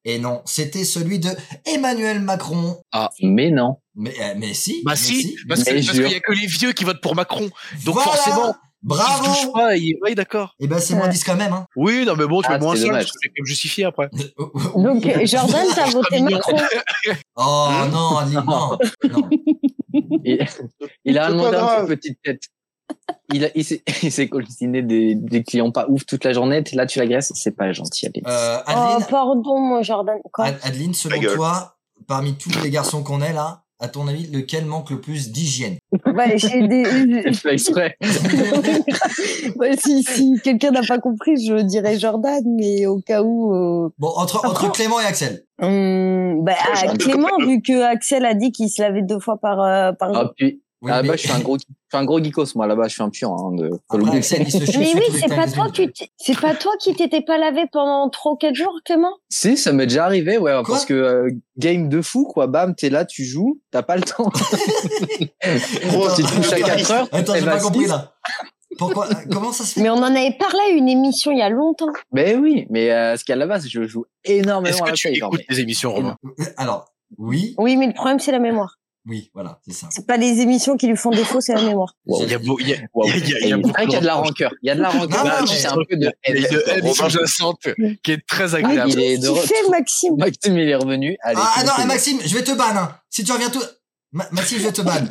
S2: Et Eh non, c'était celui de Emmanuel Macron.
S5: Mais non.
S2: Mais, euh, mais si.
S4: Bah
S2: mais
S4: si, parce que-
S5: Mais
S4: parce qu'il
S5: jure.
S4: y a que les vieux qui votent pour Macron. Donc
S2: Voilà.
S4: forcément, ils se
S2: Bravo.
S4: touchent pas, ils... Oui, d'accord.
S2: Et ben c'est moins
S3: Ouais.
S2: 10 quand même. Hein.
S4: Oui, non, mais bon, tu mets
S5: Ah,
S4: moins
S5: c'est
S4: 5,
S5: dommage.
S4: parce que c'est quand même justifié après.
S3: Donc, euh, Jordan, t'as voté
S4: mignon.
S3: Macron.
S2: Oh non, Adeline, non, non.
S5: Il, il a
S6: C'est pas
S5: demandé un
S6: grave.
S5: peu petite tête. Il, a- il s'est- il s'est coltiné des, des clients pas ouf toute la journée. T'es Là, tu l'agresses. C'est pas gentil. Allez.
S2: Euh,
S3: Oh,
S2: Adeline,
S3: pardon, mon Jordan. Quoi
S2: Ad- Adeline, selon
S6: Ta gueule.
S2: toi, parmi tous les garçons qu'on est là, à ton avis, lequel manque le plus d'hygiène
S3: Ouais, Bah, j'ai des...
S5: Je fais exprès.
S3: Ouais, si si quelqu'un n'a pas compris, je dirais Jordan, mais au cas où. euh,
S2: Bon, entre, entre
S3: Après-
S2: Clément et Axel.
S3: hum, bah, ah,
S6: Jordan.
S3: Clément, vu que Axel a dit qu'il se lavait deux fois par euh, par jour.
S5: Ah, puis,
S2: Oui,
S5: ah
S2: mais-
S5: bah, je suis un gros. suis un gros geekos, moi, là-bas, je suis un pur. Hein, de...
S2: Après, Axel, il se chie
S3: Mais
S2: dessus
S3: oui,
S2: tous les euh,
S3: c'est pas
S2: quinze
S3: toi
S2: minutes.
S3: qui t- c'est pas toi qui t'étais pas lavé pendant trois ou quatre jours, Clément.
S5: Si, ça m'est déjà arrivé, ouais, parce que euh, game de fou, quoi. Bam, t'es là, tu joues, t'as pas le temps.
S6: Gros,
S5: tu te couches à 4 heures.
S2: Attends,
S5: eh
S2: j'ai
S5: ben,
S2: pas compris
S5: six.
S2: là. Pourquoi euh, Comment ça se fait
S3: Mais on en avait parlé à une émission il y a longtemps.
S5: Mais oui, mais euh, ce qu'à la base, je joue énormément
S4: Est-ce
S5: à
S4: que
S5: la
S4: tu
S5: Play, genre,
S4: écoutes
S5: mais-
S4: les émissions, Romain
S2: Alors, oui,
S3: Oui, mais le problème c'est la mémoire.
S2: oui, voilà, c'est ça.
S3: C'est pas les émissions qui lui font défaut, c'est la mémoire.
S5: Wow.
S4: Il y a beau- il y a-
S5: Wow.
S4: il y a- il
S5: Et
S4: y a
S5: c'est vrai
S4: beaucoup
S5: qu'il y a de la
S4: d'enfants.
S5: rancœur. Il y a de la rancœur.
S2: Non, non,
S5: mais c'est
S4: mais-
S5: un peu de
S4: il y a
S5: haine.
S4: une haine
S6: Romain,
S4: sous-jacente qui est très
S5: Ah,
S4: agréable.
S5: il est de
S3: Tu fais,
S5: retour.
S3: Maxime.
S5: Maxime, il est revenu. Allez,
S2: Ah, ah, non,
S5: c'est bon,
S2: eh,
S5: c'est
S2: Maxime, je vais te ban. hein. Si tu reviens tout. Ma- Maxime, je vais te ban. Non,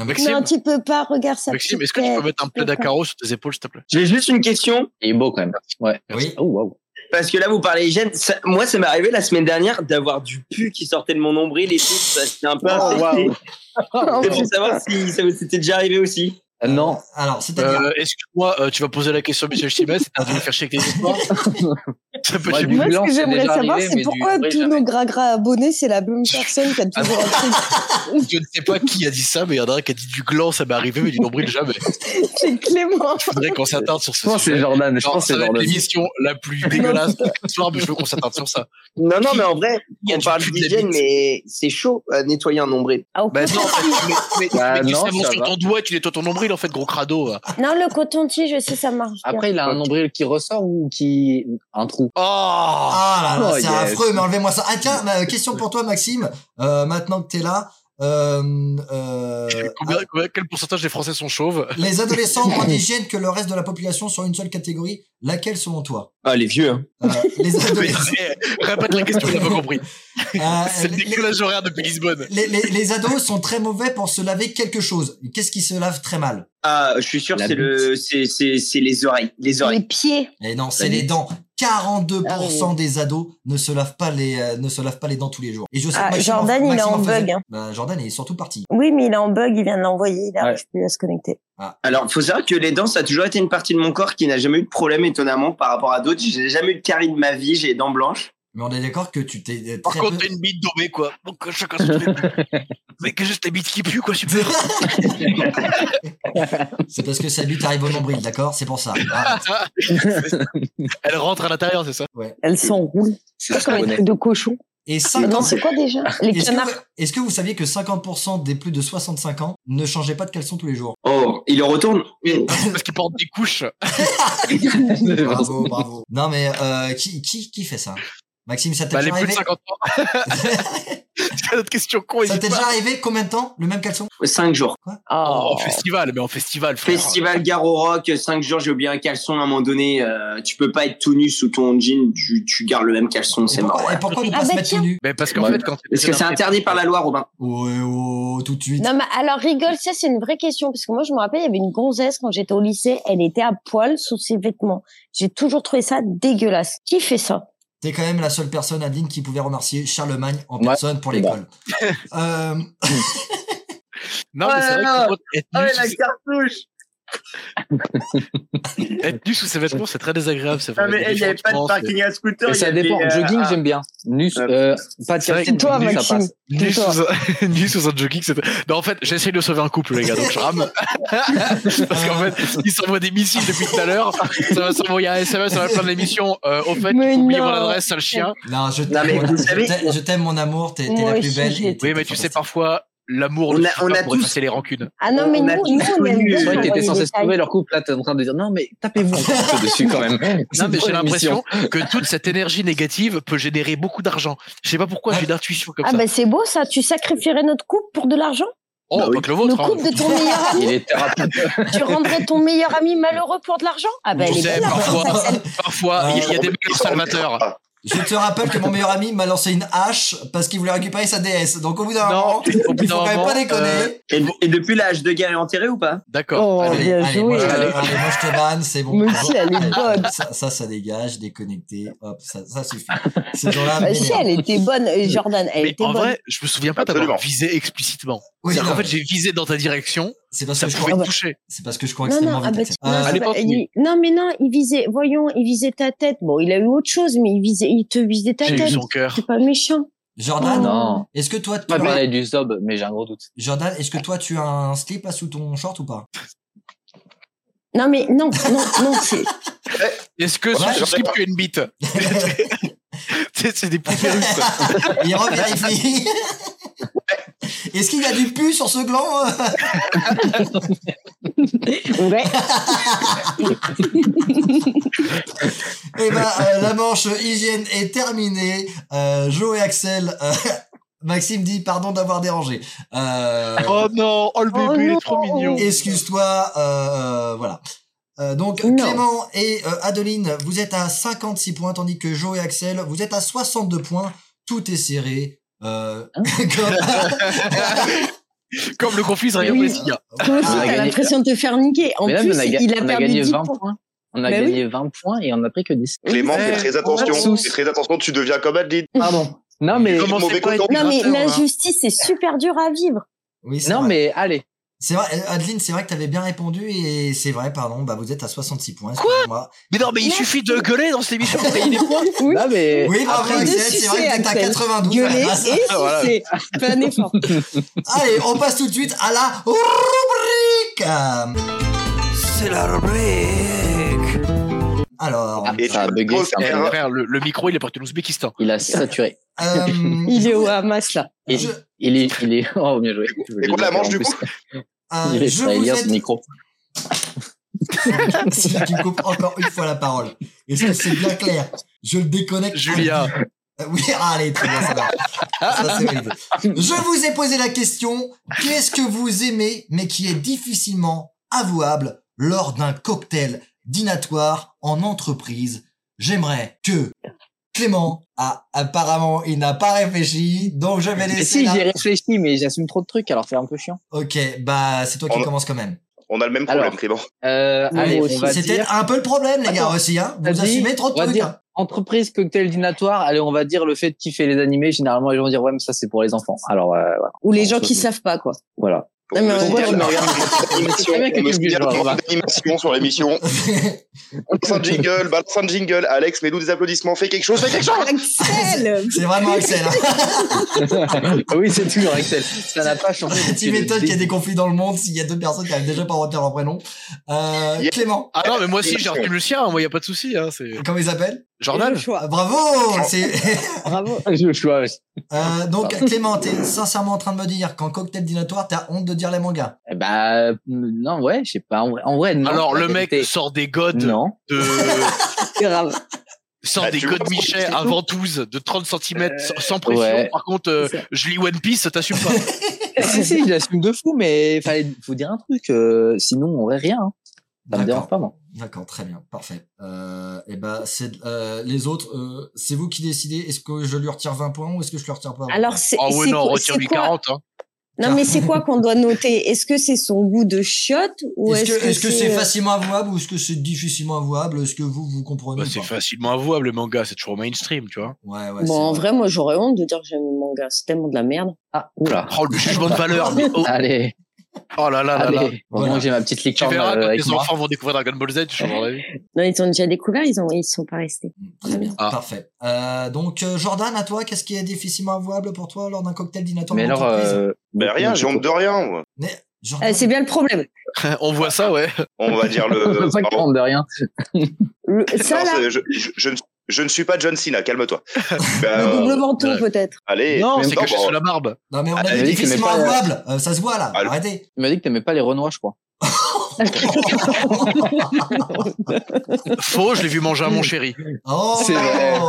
S2: mais-
S4: Maxime,
S3: Non, tu peux pas, regarde ça.
S4: Maxime, est-ce que tu peux mettre un plaid
S3: peux
S4: à carreaux sur tes épaules, s'il te plaît
S8: J'ai juste une question,
S5: bon. Il est beau quand même. Ouais.
S2: Oui.
S5: Oh, wow.
S8: parce que là, vous parlez hygiène. Ça- moi, ça m'est arrivé la semaine dernière d'avoir du pu qui sortait de mon nombril et tout. Ça, C'était un
S5: Oh,
S8: peu infecté.
S5: wow.
S3: Oh.
S5: Ah,
S8: C'est pour savoir si ça vous était déjà arrivé aussi.
S2: Ah,
S5: non.
S2: Alors, c'est-à-dire.
S4: euh, Excuse-moi, euh, tu vas poser la question à Michel Chimès, t'as dû me faire chier avec tes histoires Ça peut
S5: Ouais,
S4: être
S5: du-
S4: du...
S3: Moi, ce
S5: Blanc,
S3: que
S5: c'est
S3: j'aimerais
S5: déjà
S3: savoir,
S5: arrivé,
S3: c'est
S5: mais
S3: pourquoi
S5: du vrai,
S3: tous
S5: jamais.
S3: nos gras-gras abonnés, c'est la même personne qui a toujours un truc.
S4: Je ne sais pas qui a dit ça, mais il y en a un qui a dit du gland, ça m'est arrivé, mais du nombril jamais.
S3: C'est Clément.
S4: Je voudrais qu'on s'attarde sur
S5: Je
S4: ce
S5: pense que c'est
S4: sujet.
S5: Jordan. Je
S4: Non,
S5: pense que
S4: ça
S5: c'est
S4: va être
S5: Jordan.
S4: l'émission la plus dégueulasse de l'histoire, mais je veux qu'on s'attarde sur ça.
S8: Non, non, mais en vrai,
S4: Il y a
S8: on
S4: du
S8: parle
S4: pu de la
S8: d'hygiène,
S4: bite.
S8: mais c'est chaud à nettoyer un nombril.
S3: Ah, au
S4: Bah non,
S3: coton-
S4: en fait, tu mets- tu mets-
S5: Bah
S8: Ah
S4: mais tu
S5: non,
S4: savons
S5: ça
S4: sur
S5: va.
S4: ton doigt, tu nettoies ton nombril, en fait, gros crado.
S3: non, le coton-tige, je sais, ça marche bien.
S5: Après, il a un nombril qui ressort ou qui. Un trou.
S4: Oh
S2: Ah là là,
S5: oh,
S2: c'est
S5: yes.
S2: affreux, mais enlevez-moi ça. Ah tiens, ma question pour toi, Maxime. Euh, maintenant que t'es là, euh, euh,
S4: Combien- combien- quel pourcentage des Français sont chauves
S2: les adolescents ont moins d'hygiène que le reste de la population sur une seule catégorie. Laquelle selon toi
S8: Ah, les vieux. hein.
S2: Euh, Les
S4: Mais,
S2: adolescents.
S4: eh, Répète la question, j'ai pas compris.
S2: euh,
S4: C'est le
S2: les-
S4: décollage horaire depuis Lisbonne.
S2: les, les, les ados sont très mauvais pour se laver quelque chose. Qu'est-ce qui se lave très mal
S8: Ah, je suis sûr,
S5: La
S8: c'est le, c'est, c'est, c'est les oreilles, les
S3: Les
S8: oreilles.
S3: pieds.
S2: Et Eh non, c'est
S8: Vas-y.
S2: les dents. 42%
S3: Ah oui.
S2: des ados ne se lavent pas les euh, ne se lavent pas les dents tous les jours. Et je sais que
S3: Ah,
S2: Maxime en-
S3: Jordan, il est
S2: Maxime
S3: en
S2: faisait-
S3: bug, hein.
S2: Bah, Jordan est surtout parti.
S3: Oui, mais il est en bug, il vient de l'envoyer, il n'arrive plus à se connecter.
S8: Alors, faut savoir que les dents, ça a toujours été une partie de mon corps qui n'a jamais eu de problème étonnamment par rapport à d'autres. J'ai jamais eu de carie de ma vie, j'ai les dents blanches.
S2: Mais on est d'accord que tu t'es euh,
S4: Par
S2: très
S4: contre,
S2: peu-
S4: t'as une bite dorée, quoi. Donc, euh, chacun son truc. Mais que juste les bites qui puent, quoi, super.
S2: C'est parce que sa bite arrive au nombril, d'accord C'est pour ça. Ah,
S4: Elle rentre à l'intérieur, c'est ça
S3: Elles s'enroulent.
S5: C'est
S3: C'est comme un
S5: japonais.
S3: truc de cochon.
S2: et
S3: Ah Non,
S2: 50...
S3: c'est quoi déjà Les
S2: Est-ce que,
S3: canards.
S2: vous- est-ce que vous saviez que 50% des plus de 65 ans ne changeaient pas de caleçon tous les jours
S8: Oh, il le retourne.
S4: Parce qu'ils portent des couches.
S2: Bravo, bravo. Non mais euh, qui, qui, qui fait ça Maxime, ça t'est
S4: Bah, les
S2: déjà
S4: plus de
S2: arrivé
S4: 50 ans. C'est notre question con,
S2: Ça
S4: hésite
S2: t'est
S4: pas.
S2: déjà arrivé combien de temps Le même caleçon
S8: Cinq jours.
S4: En,
S3: Oh.
S4: en festival, mais en festival, frère.
S8: Festival Garo Rock, cinq jours, j'ai oublié un caleçon à un moment donné. euh, tu peux pas être tout nu sous ton jean, tu, tu gardes le même caleçon,
S2: Et
S8: c'est
S2: pourquoi,
S8: mort.
S2: et pourquoi ne
S3: Ah
S2: pas se
S3: bah
S2: mettre tout
S3: tiens.
S2: nu
S4: Mais parce qu'en
S5: Ouais.
S4: fait, quand
S8: Est-ce que c'est interdit par la loi, Robin
S2: Ouais, oh, tout de suite.
S3: Non, mais alors rigole, ça c'est une vraie question, parce que moi je me rappelle, il y avait une gonzesse quand j'étais au lycée, elle était à poil sous ses vêtements. J'ai toujours trouvé ça dégueulasse. Qui fait ça
S2: T'es quand même la seule personne, Adeline, qui pouvait remercier Charlemagne en
S5: Ouais.
S2: personne pour
S5: C'est
S2: l'école. euh,
S4: Non,
S8: Oh
S4: mais c'est vrai
S8: là là.
S4: que être
S8: Ah
S4: nu sous
S8: cartouche
S4: ses- être nu sous ses vêtements, c'est très désagréable, c'est vrai.
S8: il n'y avait pas de parking à scooter.
S5: Et ça dépend.
S8: euh,
S5: Jogging, j'aime bien. Nus,
S8: Ah.
S5: euh, pas de
S4: euh, C'est vrai
S5: casquette,
S4: que
S3: toi,
S5: nu, ça
S3: Maxime.
S5: passe.
S4: Nu sous,
S3: Plutôt.
S4: un... nu sous un jogging, c'est... Non, en fait, j'essaye de sauver un couple, les gars, donc je rame. Parce qu'en fait, ils s'envoient des missiles depuis tout à l'heure. Ça va s'envoyer un SMS à la fin de l'émission. Euh, au fait,
S3: Mais
S4: j'ai oublié mon
S3: non.
S4: adresse, sale chien.
S2: non, je
S8: Non, mais
S2: t'aime,
S8: vous
S2: mon- je
S8: savez-
S2: t'aime- je t'aime, mon amour, t'es t'es
S3: Moi
S2: la
S3: aussi,
S2: plus belle.
S3: je
S2: et
S3: l'étais.
S2: t'es
S4: Oui, mais tu sais,
S2: fantastique.
S4: parfois, l'amour
S8: On
S4: ne
S8: a-
S4: suffit
S8: on
S4: pas
S8: a
S4: pour
S8: tous-
S4: effacer les rancunes.
S3: Ah non,
S8: On
S3: mais
S8: a
S3: nous,
S8: tous
S3: nous on aime
S8: connu-
S3: bien
S5: C'est vrai que
S3: envoyer
S5: t'étais
S3: des
S5: censé
S3: tailles.
S5: sauver leur couple, là, t'es en train de dire non, mais tapez-vous un petit peu dessus quand même. C'est
S4: Non, mais
S5: pour
S4: j'ai
S5: l'émission.
S4: l'impression que toute cette énergie négative peut générer beaucoup d'argent. Je sais pas pourquoi, j'ai une intuition comme
S3: Ah
S4: ça.
S3: bah c'est beau ça, tu sacrifierais notre couple pour de l'argent
S4: oh,
S8: bah
S4: pas
S8: oui.
S4: que le
S3: Le
S4: vôtre. hein.
S3: couple de ton meilleur ami
S5: Il est thérapeute.
S3: Tu rendrais ton meilleur ami malheureux pour de l'argent Ah bah
S4: Tu
S3: elle est
S4: sais,
S3: bien
S4: parfois-
S3: cette scène.
S4: Parfois, Ah, il y, a- il y a des mecs salvateurs.
S6: Ah,
S2: Je te rappelle que mon meilleur ami m'a lancé une hache parce qu'il voulait récupérer sa DS. Donc au bout d'un
S4: Non,
S2: moment,
S4: au bout d'un
S2: il faut quand même
S4: moment,
S2: pas déconner.
S4: euh,
S8: Et, et depuis l'âge de guerre est enterré ou pas
S4: D'accord.
S3: Oh,
S4: allez.
S2: allez,
S3: bien
S2: allez, moi, je,
S3: joué.
S2: allez, moi, je te banne, c'est bon.
S3: Mais si, elle est
S2: Allez,
S3: bonne.
S2: Ça, ça, ça dégage, déconnecté, hop, ça, ça suffit. Ces gens-là,
S3: Bah,
S2: mais
S3: si elle était bonne, euh, Jordan, elle
S4: Mais
S3: était
S4: en
S3: bonne.
S4: vrai, je me souviens pas
S6: Absolument.
S4: d'avoir visé explicitement.
S2: Oui,
S4: C'est-à-dire
S2: non,
S4: qu'en fait, j'ai visé dans ta direction,
S2: c'est parce
S4: ça
S2: que je
S4: pouvait
S2: crois,
S4: te toucher.
S2: c'est parce que je crois
S3: Non, non,
S2: extrêmement
S3: ah bah,
S2: vite.
S3: tu-
S2: Euh,
S3: non, ça
S4: allez,
S3: va,
S4: pas
S3: il-
S4: fini.
S3: non, mais non, il visait, voyons, il visait ta tête. Bon, il a eu autre chose, mais il visait, il te visait ta
S4: J'ai eu
S3: tête.
S4: son cœur.
S3: C'est pas méchant.
S2: Jordan,
S5: Non.
S2: est-ce que toi, tu
S5: Pas
S2: as...
S5: parler du zob, mais j'ai un gros doute.
S2: Jordan, est-ce que toi, tu as un slip là sous ton short ou pas
S3: Non, mais non, non, non, c'est.
S4: Est-ce que
S2: Ouais,
S4: sur
S6: je
S4: ce
S6: sais
S4: slip,
S6: pas.
S4: tu as une bite C'est c'est des petites perruques, ça.
S2: Il revérifie. Est-ce qu'il y a du pu sur ce gland euh
S3: Ouais.
S2: Eh ben, euh, la manche hygiène est terminée. Euh, Jo et Axel, euh, Maxime dit pardon d'avoir dérangé. Euh,
S3: Ah.
S4: Oh non, oh le bébé,
S3: Oh
S4: il est
S3: non.
S4: trop mignon.
S2: Excuse-toi, euh, voilà. Euh, donc
S3: Non.
S2: Clément et euh, Adeline, vous êtes à 56 points, tandis que Jo et Axel, vous êtes à 62 points. Tout est serré. Euh,
S3: Hein
S2: comme-
S4: Comme le conflit israélien
S3: Oui.
S4: Brésilien.
S3: Toi
S2: Ah,
S3: aussi,
S5: On a
S3: t'as
S5: gagné.
S3: l'impression de te faire niquer. En
S5: mais là,
S3: plus,
S5: on a, ga-
S3: il a
S5: on a
S3: perdu
S5: gagné
S3: 10
S5: 20
S3: points.
S5: points. Ben On a
S3: Bah oui.
S5: gagné 20 points et on a pris que 10.
S6: Clément,
S4: Eh,
S6: fais très
S4: on va
S6: attention.
S4: tous.
S6: Fais très attention, tu deviens comme Adeline.
S5: Pardon. Non, mais,
S6: Comment-
S4: Commencez
S6: mauvais
S4: pas à être
S6: coton.
S3: Non, mais
S4: dictateur, hein.
S3: l'injustice, c'est super dur à vivre.
S2: oui, c'est
S5: non,
S2: vrai.
S5: mais allez.
S2: C'est vrai, euh, Adeline, c'est vrai que t'avais bien répondu et c'est vrai, pardon, bah vous êtes à 66 points. excusez-moi.
S4: Mais non, mais il suffit de gueuler dans cette émission. pour gagner des points.
S3: Oui.
S5: Non, mais.
S2: Oui, bravo
S5: Après,
S2: Axel,
S3: de
S2: c'est
S3: sucer,
S2: vrai que t'es à Ah,
S3: Axel.
S2: 92.
S3: Gueuler et si
S4: Voilà.
S3: c'est pas un effort.
S2: Allez, on passe tout de suite à la rubrique.
S7: C'est la rubrique.
S2: Alors,
S5: Ah,
S6: Et
S5: ça a
S6: tu vas
S5: bugué, c'est un
S4: Eh,
S5: peu
S6: refaire.
S5: grave.
S4: Frère, le, le micro, il est parti de l'Ouzbékistan.
S5: Il a saturé.
S2: euh,
S3: Il est au
S5: hein
S3: Hamas, là.
S5: Il,
S2: je-
S5: il est, il est. Oh, bien joué.
S6: Et quoi, la manche, du coup
S2: euh,
S5: Il est
S2: je vous
S5: israélien,
S2: ai
S5: ce micro.
S2: si tu me coupes encore une fois la parole. Est-ce que c'est bien clair Je le déconnecte.
S4: Julia.
S2: Euh, Oui, ah, allez, très bien, ça va. Ça, c'est validé. Je vous ai posé la question qu'est-ce que vous aimez, mais qui est difficilement avouable lors d'un cocktail dînatoire en entreprise J'aimerais que Clément, ah, apparemment, il n'a pas réfléchi, donc je vais
S5: Mais
S2: laisser.
S5: si,
S2: la-
S5: j'y ai réfléchi, mais j'assume trop de trucs, alors c'est un peu chiant.
S2: Ok, bah, c'est toi qui
S6: On-
S2: commence quand même.
S6: On a le même
S5: Alors.
S6: problème, Clément.
S5: Euh,
S3: Oui,
S5: allez,
S3: moi
S5: on va
S2: C'était
S5: dire.
S2: un peu le problème, les gars,
S5: Attends,
S2: aussi, hein.
S5: t'as
S2: Vous
S5: dit,
S2: assumez trop de
S5: on va
S2: trucs,
S5: dire-
S2: hein.
S5: Entreprise, cocktail dînatoire. Allez, on va dire le fait de kiffer les animés. Généralement, les gens vont dire, ouais, mais ça, c'est pour les enfants. Alors, euh, voilà.
S3: Ou les gens qui savent pas, quoi.
S5: voilà.
S3: Non, mais on
S5: Pourquoi
S3: va
S5: tu me regardes
S6: Animation,
S5: C'est bien que
S6: on me
S5: tu me
S6: souvient
S5: juges,
S6: d'un
S5: Robin.
S6: d'animation sur l'émission.
S2: hein.
S6: Balance un jingle, balance un jingle. Alex, mets-nous des applaudissements, fais quelque chose, fais quelque chose
S3: Axel
S2: C'est vraiment Axel. Hein.
S5: Ah oui, c'est toujours Axel. Ça n'a pas changé.
S2: tu m'étonnes qu'il y a des conflits dans le monde s'il y a deux personnes qui n'arrivent déjà pas à retenir leur prénom. Euh,
S6: Yeah.
S2: Clément,
S4: Ah non, mais moi aussi, j'ai retenu le sien. hein. Moi, il n'y a pas de souci. Hein. C'est
S2: comment il s'appelle
S4: Jordan.
S3: Le choix.
S2: Ah, Bravo c'est-
S5: Bravo. Je choix.
S2: Euh, Donc Clément, t'es sincèrement en train de me dire qu'en cocktail dînatoire, t'as honte de dire les mangas.
S5: Bah, non, ouais, je sais pas. En vrai, en vrai, non.
S4: Alors,
S5: La
S4: le mec
S5: vérité,
S4: sort des godes
S5: Non.
S4: de.
S3: C'est grave.
S4: Sans
S6: Bah,
S4: des
S6: tu vois,
S4: codes
S6: parce que
S4: Michet
S6: c'est
S4: à
S6: tout.
S4: ventouse de 30 cm sans pression.
S5: ouais.
S4: Par contre, euh,
S5: C'est ça.
S4: je lis One Piece, t'assumes pas.
S5: si, si, je l'assume de fou, mais fallait, faut dire un truc. euh, sinon, on aurait rien. hein. Ça me dérange
S2: D'accord.
S5: pas, moi.
S2: D'accord, très bien, parfait. Euh, et ben, c'est euh, les autres, euh, c'est vous qui décidez. Est-ce que je lui retire 20 points ou est-ce que je lui retire pas
S3: Alors, c'est
S4: Ah ouais,
S3: c'est
S4: non,
S3: quoi-
S4: retire-lui
S3: c'est quoi-
S4: 40. Hein.
S3: Non, mais c'est quoi qu'on doit noter Est-ce que c'est son goût de chiotte ou
S2: Est-ce que est-ce que c'est
S3: euh,
S2: facilement avouable ou est-ce que c'est difficilement avouable Est-ce que vous vous comprenez
S4: Bah,
S2: ou
S4: c'est
S2: pas
S4: facilement avouable, le manga. C'est toujours mainstream, tu vois.
S2: Ouais, ouais. c'est
S3: Bon, en vrai, moi, j'aurais honte de dire que j'aime le manga. C'est tellement de la merde.
S5: Ah, oula.
S4: Oh, le jugement de valeur. mais Oh,
S5: Allez,
S4: oh là là là là.
S5: allez. Bon,
S2: Voilà.
S5: moi, j'ai ma petite
S4: Tu
S5: licorne
S4: verras
S5: euh,
S4: quand
S5: avec
S4: tes
S5: moi.
S4: enfants vont découvrir Dragon Ball Z, tu changeras d'avis.
S3: Non, ils ont déjà découvert, ils ont, ils sont pas restés.
S2: Très bien,
S4: Ah.
S2: parfait. Euh, donc euh, Jordan, à toi, qu'est-ce qui est difficilement avouable pour toi lors d'un cocktail dînatoire
S5: Mais alors,
S2: d'entreprise
S5: euh,
S6: Ben rien, j'ai honte de rien. moi.
S2: Mais, Jordan,
S3: Euh, c'est bien le problème.
S4: Euh, On voit ça, ouais.
S6: On va dire
S5: on
S6: le.
S5: peut pas
S6: Pardon.
S5: honte de rien.
S3: Le- ça,
S6: Non,
S3: là,
S6: c'est- je, je- je ne, je ne suis pas John Cena, calme-toi.
S3: le
S6: Ben, euh,
S3: double menton,
S4: ouais.
S3: peut-être.
S6: allez,
S4: Non,
S5: même
S4: c'est
S6: pas,
S4: caché
S6: bon.
S4: sous la barbe.
S2: non mais on a
S6: Ah,
S2: dit
S5: oui, tu
S2: difficilement
S5: mets pas-
S2: avouable, euh, ça se voit là.
S6: Ah, le-
S2: Arrêtez.
S5: Tu m'as dit que t'aimais pas les Renois, je crois.
S4: Faux, je l'ai vu manger à mon chéri.
S2: Oh,
S5: C'est vrai.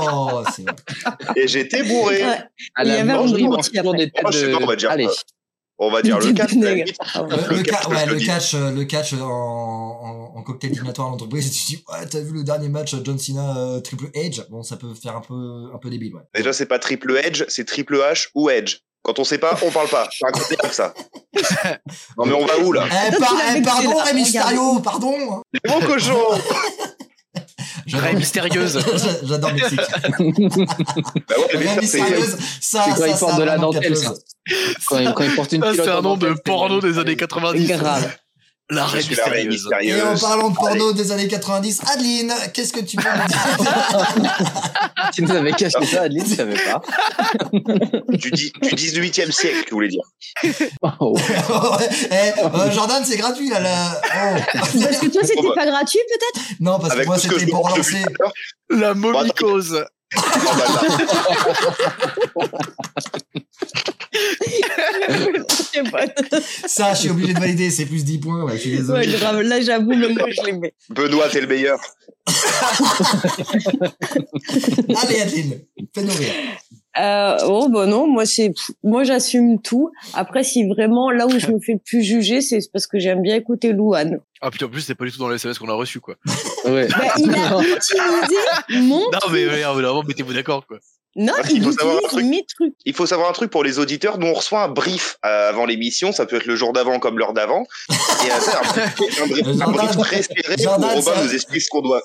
S2: c'est vrai.
S6: et j'étais bourré.
S3: Ouais.
S5: À
S3: Il y
S5: la
S3: avait un
S5: mangerie,
S3: double
S5: on se tourne des têtes
S6: Moi, je sais pas, on va
S5: de...
S6: dire,
S5: Allez,
S6: euh, On va dire le
S3: Des
S6: catch.
S3: nègres. Ah ouais.
S2: Le, le
S6: catch,
S2: ca-
S6: je
S2: ouais,
S6: le
S2: le
S6: dis.
S2: catch, euh, le catch en, en, en cocktail dînatoire à l'entreprise, tu dis ouais, t'as vu le dernier match John Cena euh, Triple H Bon, ça peut faire un peu un peu débile, ouais.
S6: Déjà, c'est pas triple Edge, c'est triple H ou Edge. Quand on sait pas, on parle pas. C'est incroyable ça. Non mais on va
S3: Ah,
S6: où là
S2: Eh, par-
S3: tu l'as
S2: eh,
S3: vexé,
S2: pardon,
S3: là.
S2: Rémi
S3: Regarde.
S2: Mysterio, pardon.
S6: Mon cochon
S4: Vraie mystérieuse.
S2: J'adore Mexique.
S6: Bah ouais, mais ça,
S2: Rémi
S6: c'est-
S2: Sérieuse, ça,
S5: C'est
S2: Ah, ça,
S5: quoi, il
S2: ça,
S5: porte de la
S2: vraiment
S5: dentelle,
S2: quelque chose.
S5: quand il, quand il porte une
S4: Ça,
S5: pilote
S4: Ah, C'est un
S5: en
S4: nom de
S5: dentelle,
S4: porno
S5: c'est-
S4: des années 90.
S5: Grave.
S4: La
S6: Je
S4: reine
S6: suis la reine
S4: mystérieuse.
S2: Et en
S6: mystérieuse.
S2: parlant de porno des années 90, Adeline, qu'est-ce que tu peux nous dire
S5: Tu nous avais caché ça, Adeline, je savais pas.
S6: Du, dix- du 18e siècle, je voulais dire.
S5: Oh.
S2: Eh, euh, Jordan, c'est gratuit là. là. Oh.
S3: Parce que toi, c'était pas gratuit, peut-être
S2: Non, parce que
S6: Avec
S2: moi
S6: tout ce que
S2: c'était
S6: je
S2: pour
S6: mange depuis
S2: lancer.
S6: tout à l'heure.
S4: La momicose.
S6: Oh, bâtard.
S3: Je sais pas.
S2: Ça, je suis obligé de valider, c'est plus 10 points. ouais, je suis désolé.
S3: Ouais, grave. Là, j'avoue, même moi, je l'aimais.
S6: Benoît, t'es le meilleur.
S2: Allez, Adeline, fais-nous rire.
S9: Euh, oh bah non, moi c'est pff, moi j'assume tout. Après si vraiment là où je me fais le plus juger, c'est parce que j'aime bien écouter Louane.
S4: Ah putain, en plus, c'est pas du tout dans les SMS qu'on a reçu, quoi.
S5: Ouais.
S3: Bah, il a utilisé mon.
S4: Non, mais, mais, mais vraiment, mettez-vous d'accord, quoi.
S3: Non,
S6: Parce
S3: il,
S6: qu'il faut savoir un
S3: utilise
S6: truc.
S3: mes trucs.
S6: Il faut savoir un truc pour les auditeurs. Nous, on reçoit un brief euh, avant l'émission. Ça peut être le jour d'avant comme l'heure d'avant. Et euh, c'est un, brief- un brief- un
S2: Jordan,
S6: brief très serré
S2: Jordan,
S6: où Robin
S2: ça-
S6: nous explique ce qu'on doit.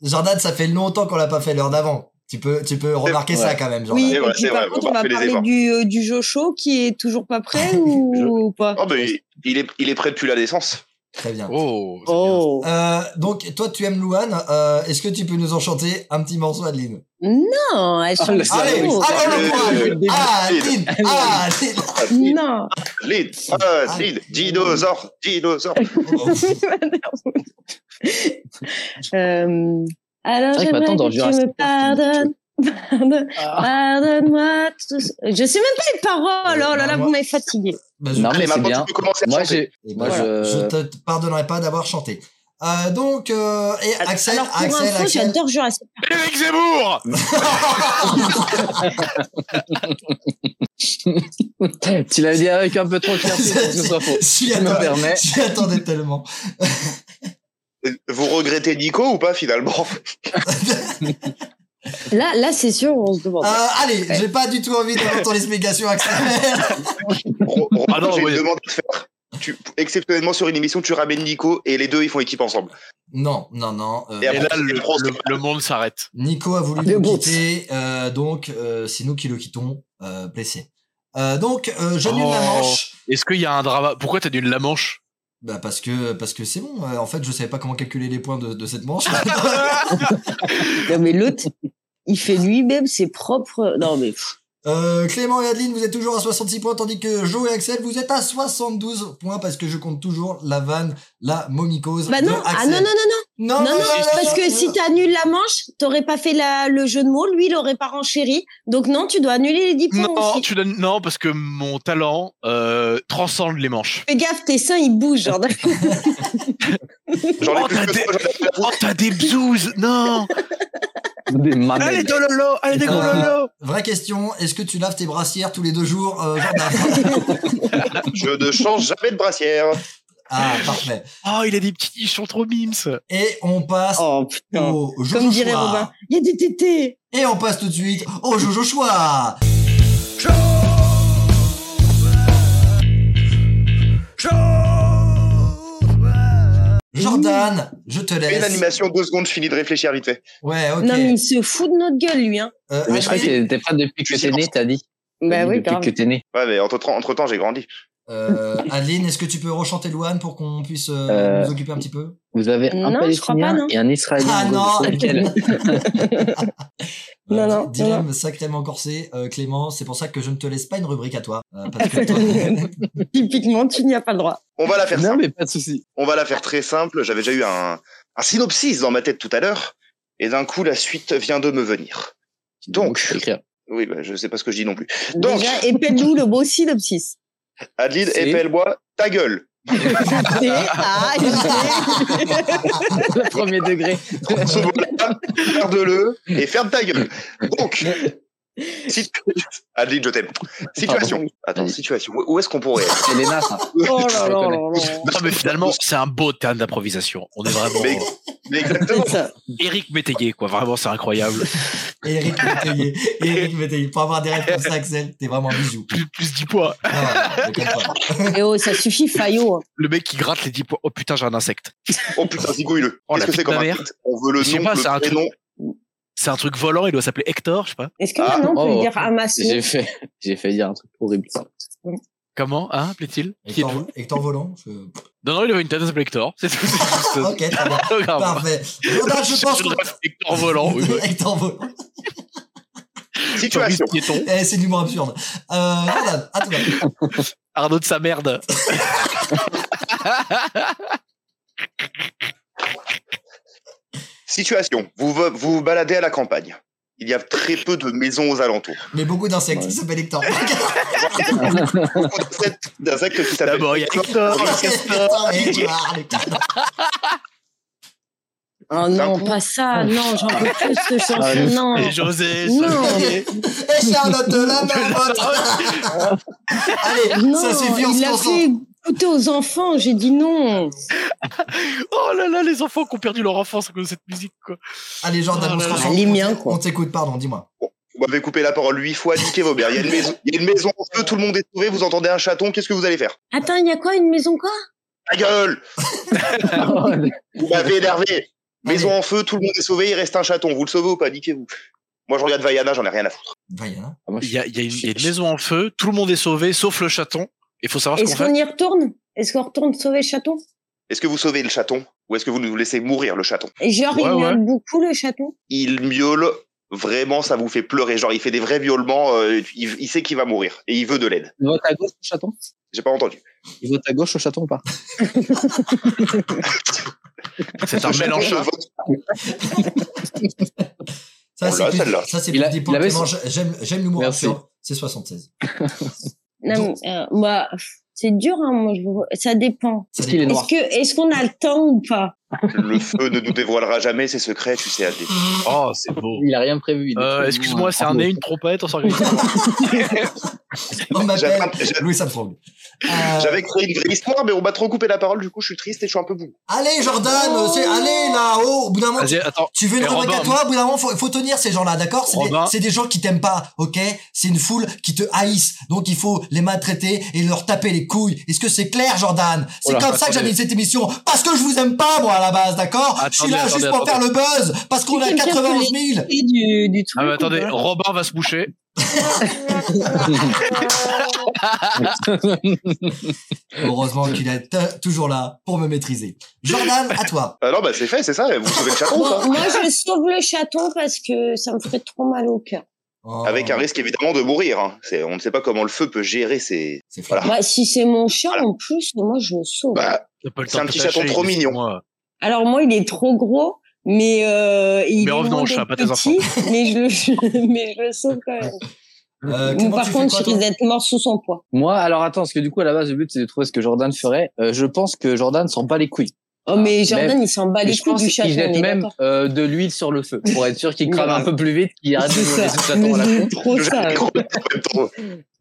S2: Jordan, ça fait longtemps qu'on l'a pas fait l'heure d'avant. Tu peux, tu peux remarquer
S5: Ouais.
S2: ça quand même, Jordan.
S3: Oui,
S6: C'est vrai,
S3: et puis
S6: eh, c'est
S3: par
S6: vrai,
S3: contre,
S6: on
S3: on
S6: va
S3: va
S6: faire les
S3: parler
S6: efforts.
S3: du, euh, du Jocho qui est toujours pas prêt ou,
S6: Je-
S3: ou pas
S6: Oh, mais il est, il est près depuis la naissance.
S2: Très bien.
S4: Oh. c'est bien.
S3: Oh
S2: Euh, donc, toi, tu aimes Louane. Euh, Est-ce que tu peux nous en chanter un petit morceau, Adeline
S3: Non, elle chante
S5: Ah,
S2: Allez,
S3: trop.
S2: allons-le
S6: Euh,
S2: point. Ah, Adeline, Adeline.
S6: Adeline,
S2: Ah,
S3: Non
S6: Adeline, Adeline, dinosaure, dinosaure.
S2: Oh,
S3: Euh, Alors
S5: C'est vrai que
S3: j'aimerais
S5: maintenant, dans
S3: que tu
S5: Jurassic
S3: me
S5: Park, c'est
S3: pardonnes. Pardonne- Pardonne-moi. tout ce- Je sais même pas les paroles. Oh là là,
S2: Euh, Moi-
S3: vous m'avez fatigué.
S2: bah, je-
S5: Non, Ah, mais
S6: Allez,
S5: c'est
S6: maintenant,
S5: bien.
S6: tu peux commencer à
S5: Moi,
S6: chanter.
S5: j'ai.
S2: Eh ben,
S5: Moi,
S2: je...
S5: je.
S2: te pardonnerai pas d'avoir chanté. Euh, donc, euh, et Axel,
S3: Ah, Alors pour
S2: Axel,
S3: info,
S2: Axel.
S3: j'adore Jurassic
S4: Éric Eh, Zemmour
S5: tu l'avais dit avec un peu trop de clarté, pour que ce soit faux.
S2: J'y
S5: Je me
S2: attendais-
S5: permets.
S2: j'y attendais tellement.
S6: Vous regrettez Nico ou pas finalement
S3: Park. Là, là c'est sûr, on se demande.
S2: Euh, allez, j'ai pas du tout envie d'avoir ton explication, Axel.
S6: Ro- Ro-
S4: Ah non,
S6: j'ai
S4: ouais.
S6: une demande à te faire. Tu, exceptionnellement sur une émission, tu ramènes Nico et les deux ils font équipe ensemble.
S2: non, non, non. euh,
S6: Et
S4: Et là, le,
S6: Je pense que-
S4: le- le monde s'arrête.
S2: Nico a voulu
S5: Le
S2: nous
S5: boss.
S2: quitter, euh, donc euh, c'est nous qui le quittons, euh, blessé. Euh, donc, euh, j'annule la
S4: Oh.
S2: manche.
S4: Est-ce qu'il y a un drama Pourquoi t'as dû la manche
S2: Bah parce que parce que c'est bon. euh, en fait, je savais pas comment calculer les points de, de cette manche.
S3: Non mais l'autre, il fait lui-même ses propres. Non mais pff,
S2: Euh, Clément et Adeline, vous êtes toujours à 66 points, tandis que Joe et Axel, vous êtes à 72 points parce que je compte toujours la vanne, la momicose.
S3: bah
S2: de
S3: non, ah
S2: Axel.
S3: non non non non
S2: Ah
S3: non non, parce que
S2: non,
S3: si
S2: non.
S3: t'annules la manche, t'aurais pas fait la, le jeu de mots, lui il aurait pas renchéri, donc non, tu dois annuler les 10 points
S4: Non,
S3: aussi.
S4: tu donnes... non, parce que mon talent euh, transcende les manches.
S3: Fais gaffe, tes seins ils bougent, genre.
S6: J'en ai
S4: Oh,
S6: plus
S4: t'as
S6: que
S4: des-
S6: toi, j'en ai plus que
S4: Oh, t'as des bzouzes Non
S5: Des
S4: Allez,
S5: mamelles.
S4: des lolo Allez, des gros
S2: Ah.
S4: lolo
S2: Vraie question, est-ce que tu laves tes brassières tous les deux jours, euh, Jordan
S6: toi. Je ne change jamais de brassière.
S2: Ah, parfait.
S4: Oh, il a des petits nichons trop mimes
S2: Et on passe
S3: Oh putain.
S2: au Jojo
S3: Comme dirait
S2: Choix.
S3: Robin, il y a des tétés.
S2: Et on passe tout de suite au Jojo Choix. Jordan, je te
S6: Une
S2: laisse.
S6: animation, deux secondes, je finis de réfléchir vite fait.
S2: Ouais, ok.
S3: Non mais il se fout de notre gueule lui hein.
S2: Euh,
S5: Mais je crois
S2: Adeline,
S5: que t'es pas depuis que t'es né, t'as dit. T'as
S3: Bah
S5: dit
S3: oui,
S5: depuis
S3: grave.
S5: que t'es né.
S6: Ouais, mais entre, temps, j'ai grandi.
S2: euh, Adeline, est-ce que tu peux rechanter Louane pour qu'on puisse euh,
S5: Euh,
S2: nous occuper un petit peu
S5: Vous avez un
S3: Non, je crois pas,
S5: Palestinien
S3: non.
S5: et un Israélien.
S2: Ah
S5: Vous
S2: non.
S5: savez lequel
S3: Non,
S2: Euh,
S3: non,
S2: di- Dilemme sacrément corsé, euh, Clément. C'est pour ça que je ne te laisse pas une rubrique à toi. euh, parce que toi-
S3: Typiquement, tu n'y as pas le droit.
S6: On va la faire
S5: Non,
S6: simple.
S5: mais pas de souci.
S6: On va la faire très simple. J'avais déjà eu un, un synopsis dans ma tête tout à l'heure. Et d'un coup, la suite vient de me venir. Donc.
S5: Je vais écrire.
S6: Oui, bah, je sais pas ce que je dis non plus. Donc,
S3: Déjà, épelle-nous le beau synopsis.
S6: Adeline,
S5: C'est-
S6: épelle-moi ta gueule.
S3: T A G.
S5: Le premier degré.
S6: Ce mot-là, garde-le et ferme ta gueule. Donc, si- Adeline, je t'aime. Situation. Attends,
S5: Vas-y.
S6: situation. Où où est-ce qu'on pourrait être
S5: C'est Léna, ça.
S3: Oh là là là
S4: Non, mais finalement, c'est un beau terme d'improvisation. On est vraiment.
S6: Mais- Mais exactement.
S3: là. C'est ça.
S4: Éric Métayer, quoi. Vraiment, c'est incroyable.
S2: Eric Métayer. Eric Métayer. Pour avoir des rêves comme ça, Axel, t'es vraiment un bijou.
S4: Plus, plus 10 points.
S2: Ah, ouais, je comprends.
S3: Et oh, ça suffit, Fayot.
S4: Le mec qui gratte les 10 points. Oh putain, j'ai un insecte.
S6: Oh putain, zigouille-le.
S4: Oh, la
S6: Qu'est-ce que c'est
S4: pute
S6: comme
S4: de
S6: un
S4: merde.
S6: titre On veut le
S4: Je sais
S6: nom,
S4: pas, c'est
S6: le
S4: un
S6: prénom.
S4: C'est un truc volant, il doit s'appeler Hector, je sais pas.
S3: Est-ce que
S6: Ah,
S3: maintenant on peut
S5: oh.
S3: dire Amasso
S5: J'ai fait, j'ai fait dire un truc horrible.
S4: Comment Hein Plaît-il Qui
S2: Hector,
S4: êtes-vous
S2: Hector Volant je-
S4: Non, non, il avait une tête à s'appeler Hector. C'est tout. C'est juste-
S2: Ok, très bien.
S4: Oh, grave.
S2: Parfait. Jordan, Ah, je pense qu'on.
S4: rêve Hector volant. Oui, oui.
S2: Hector Volant.
S6: Situation.
S4: Touriste piéton.
S2: Eh, c'est de l'humour absurde. Euh, Jordan, à toi.
S4: Arnaud de sa merde.
S6: Situation. Vous ve- vous vous baladez à la campagne. Il y a très peu de maisons aux alentours.
S2: Mais beaucoup d'insectes qui s'appellent Hector.
S6: Beaucoup d'insectes- d'insectes qui s'appellent.
S4: D'abord, il y a Hector.
S2: Hector et Edouard, Hector.
S3: Oh non, pas ça. Non, j'en peux plus de chanson. Non.
S4: Et José.
S3: Non.
S2: Et Eh, Charlotte de la Allez,
S3: Non,
S2: ça suffit, on
S3: il
S2: se
S3: a
S2: concentre.
S3: fait écouter aux enfants. J'ai dit non.
S4: Oh là là, les enfants qui ont perdu leur enfance à cause de cette musique, quoi.
S2: Allez, Jordan,
S4: Oh
S2: on
S4: là
S2: se
S4: là.
S2: concentre.
S3: Les
S2: On
S3: miens,
S2: t'écoute-
S3: quoi.
S2: On t'écoute, pardon, dis-moi.
S6: Vous m'avez coupé la parole huit fois, niquez vos mères. Il y a une maison, il y a une maison en feu, tout le monde est sauvé, vous entendez un chaton, qu'est-ce que vous allez faire
S10: Attends, il y a quoi Une maison quoi
S6: Ta gueule Vous m'avez énervé Maison
S2: Allez.
S6: en feu, tout le monde est sauvé, il reste un chaton, vous le sauvez ou pas Niquez-vous. Moi je regarde Vaiana, j'en ai rien à foutre.
S2: Vaiana.
S4: Il y a, il y a une, il y a une maison en feu, tout le monde est sauvé, sauf le chaton. Il faut savoir ce qu'on
S10: Est-ce
S4: fait.
S10: qu'on y retourne Est-ce qu'on retourne sauver le chaton
S6: Est-ce que vous sauvez le chaton ou est-ce que vous nous laissez mourir le chaton
S10: Et genre,
S4: Ouais,
S10: il
S4: ouais.
S10: miaule beaucoup le chaton.
S6: Il miaule, vraiment ça vous fait pleurer, genre il fait des vrais miaulements, euh, il, il sait qu'il va mourir et il veut de l'aide.
S5: Il vote à gauche au chaton
S6: J'ai pas entendu.
S5: Il vote à gauche au chaton ou pas
S4: C'est un
S6: Le chaton
S4: mélange.
S6: ne vote-
S2: Ça,
S6: Oh
S2: c'est
S6: là,
S2: plus,
S6: celle-là.
S2: ça, c'est
S5: Il
S2: plus
S5: a-
S2: des
S5: il
S2: points
S5: avait
S2: que
S5: son-
S2: mange. J'aime, j'aime l'humour
S5: Merci.
S2: absurde. C'est 76.
S3: Non, mais, euh, moi, pff, c'est dur. Hein, moi, je- ça dépend.
S2: Ça
S5: Est-ce qu'il est
S2: dépend.
S5: noir
S3: Est-ce que est-ce qu'on a le temps ou pas
S6: Le feu ne nous dévoilera jamais ses secrets, tu sais, Adé.
S4: Oh, c'est beau.
S5: Il a rien prévu. il est
S4: Euh,
S5: tout-
S4: Excuse-moi, c'est un nez, une trompette, on s'organise.
S2: On m'appelle
S6: J'attrape- j'a-
S2: Louis Armstrong. Euh,
S6: J'avais créé une vraie histoire, mais on m'a trop coupé la parole, du coup je suis triste et je suis un peu bout.
S2: allez, Jordan, c'est, allez, là-haut. Au bout d'un moment,
S4: Vas-y, Ah, attends.
S2: Tu veux une
S4: Et
S2: remarque
S4: Robin,
S2: à toi, au bout d'un moment, faut, faut tenir ces gens-là, d'accord C'est des,
S4: Robin.
S2: c'est des gens qui t'aiment pas, ok C'est une foule qui te haïssent, donc il faut les maltraiter et leur taper les couilles. Est-ce que c'est clair, Jordan C'est
S4: Oula,
S2: comme ça que
S4: attendez.
S2: j'anime cette émission, parce que je vous aime pas, moi, à la base, d'accord Je suis
S4: Attendez,
S2: là juste
S4: attendez,
S2: pour faire le buzz, parce qu'on a
S3: Quelqu'un peut
S2: 91 000
S3: Et du, du truc.
S4: Ah, mais
S3: ou
S4: attendez,
S3: pas
S4: Robin va se boucher.
S2: Heureusement qu'il est t- toujours là pour me maîtriser. Jordan, à toi.
S6: Ah non, bah c'est fait, c'est ça, vous sauvez le chaton,
S10: Bon,
S6: quoi.
S10: moi, je sauve le chaton parce que ça me ferait trop mal au cœur.
S2: Oh,
S6: Avec un risque évidemment de mourir. hein. C'est- On ne sait pas comment le feu peut gérer ces.
S2: C'est fort.
S10: Bah, si c'est mon chat
S6: Voilà.
S10: en plus, moi, je le sauve.
S6: Bah,
S4: T'as pas le
S6: C'est
S4: temps
S6: un
S4: de
S6: petit
S4: te
S6: chaton
S4: lâcher,
S6: trop mignon.
S4: laisse-moi.
S10: Alors moi, il est trop gros, mais euh, il
S4: Mais
S10: est
S4: revenons
S10: loin
S4: au chat,
S10: d'être
S4: pas tes
S10: petit, mais je le mais je le sauve quand même.
S2: Euh,
S10: Bon,
S2: Clément,
S10: par
S2: tu fais
S10: contre,
S2: quoi,
S10: je
S2: toi
S10: risque d'être mort sous son poids.
S5: Moi, alors attends, parce que du coup, à la base, le but, c'est de trouver ce que Jordan ferait. Euh, je pense que Jordan s'en bat les couilles.
S2: Ah.
S10: Oh mais Jordan, il s'en bat
S5: Et
S10: les
S5: je
S10: couilles
S5: pense
S10: du
S5: qu'il
S10: chat. on
S5: jette
S10: est
S5: même
S10: d'accord.
S5: euh, de l'huile sur le feu pour être sûr qu'il crame
S10: Grave.
S5: un peu plus vite, qu'il arrête de
S10: C'est ça.
S5: brûler son chaton à la
S10: Mais
S5: con.
S10: c'est trop
S6: je,
S10: ça.
S6: jette gros- en même temps,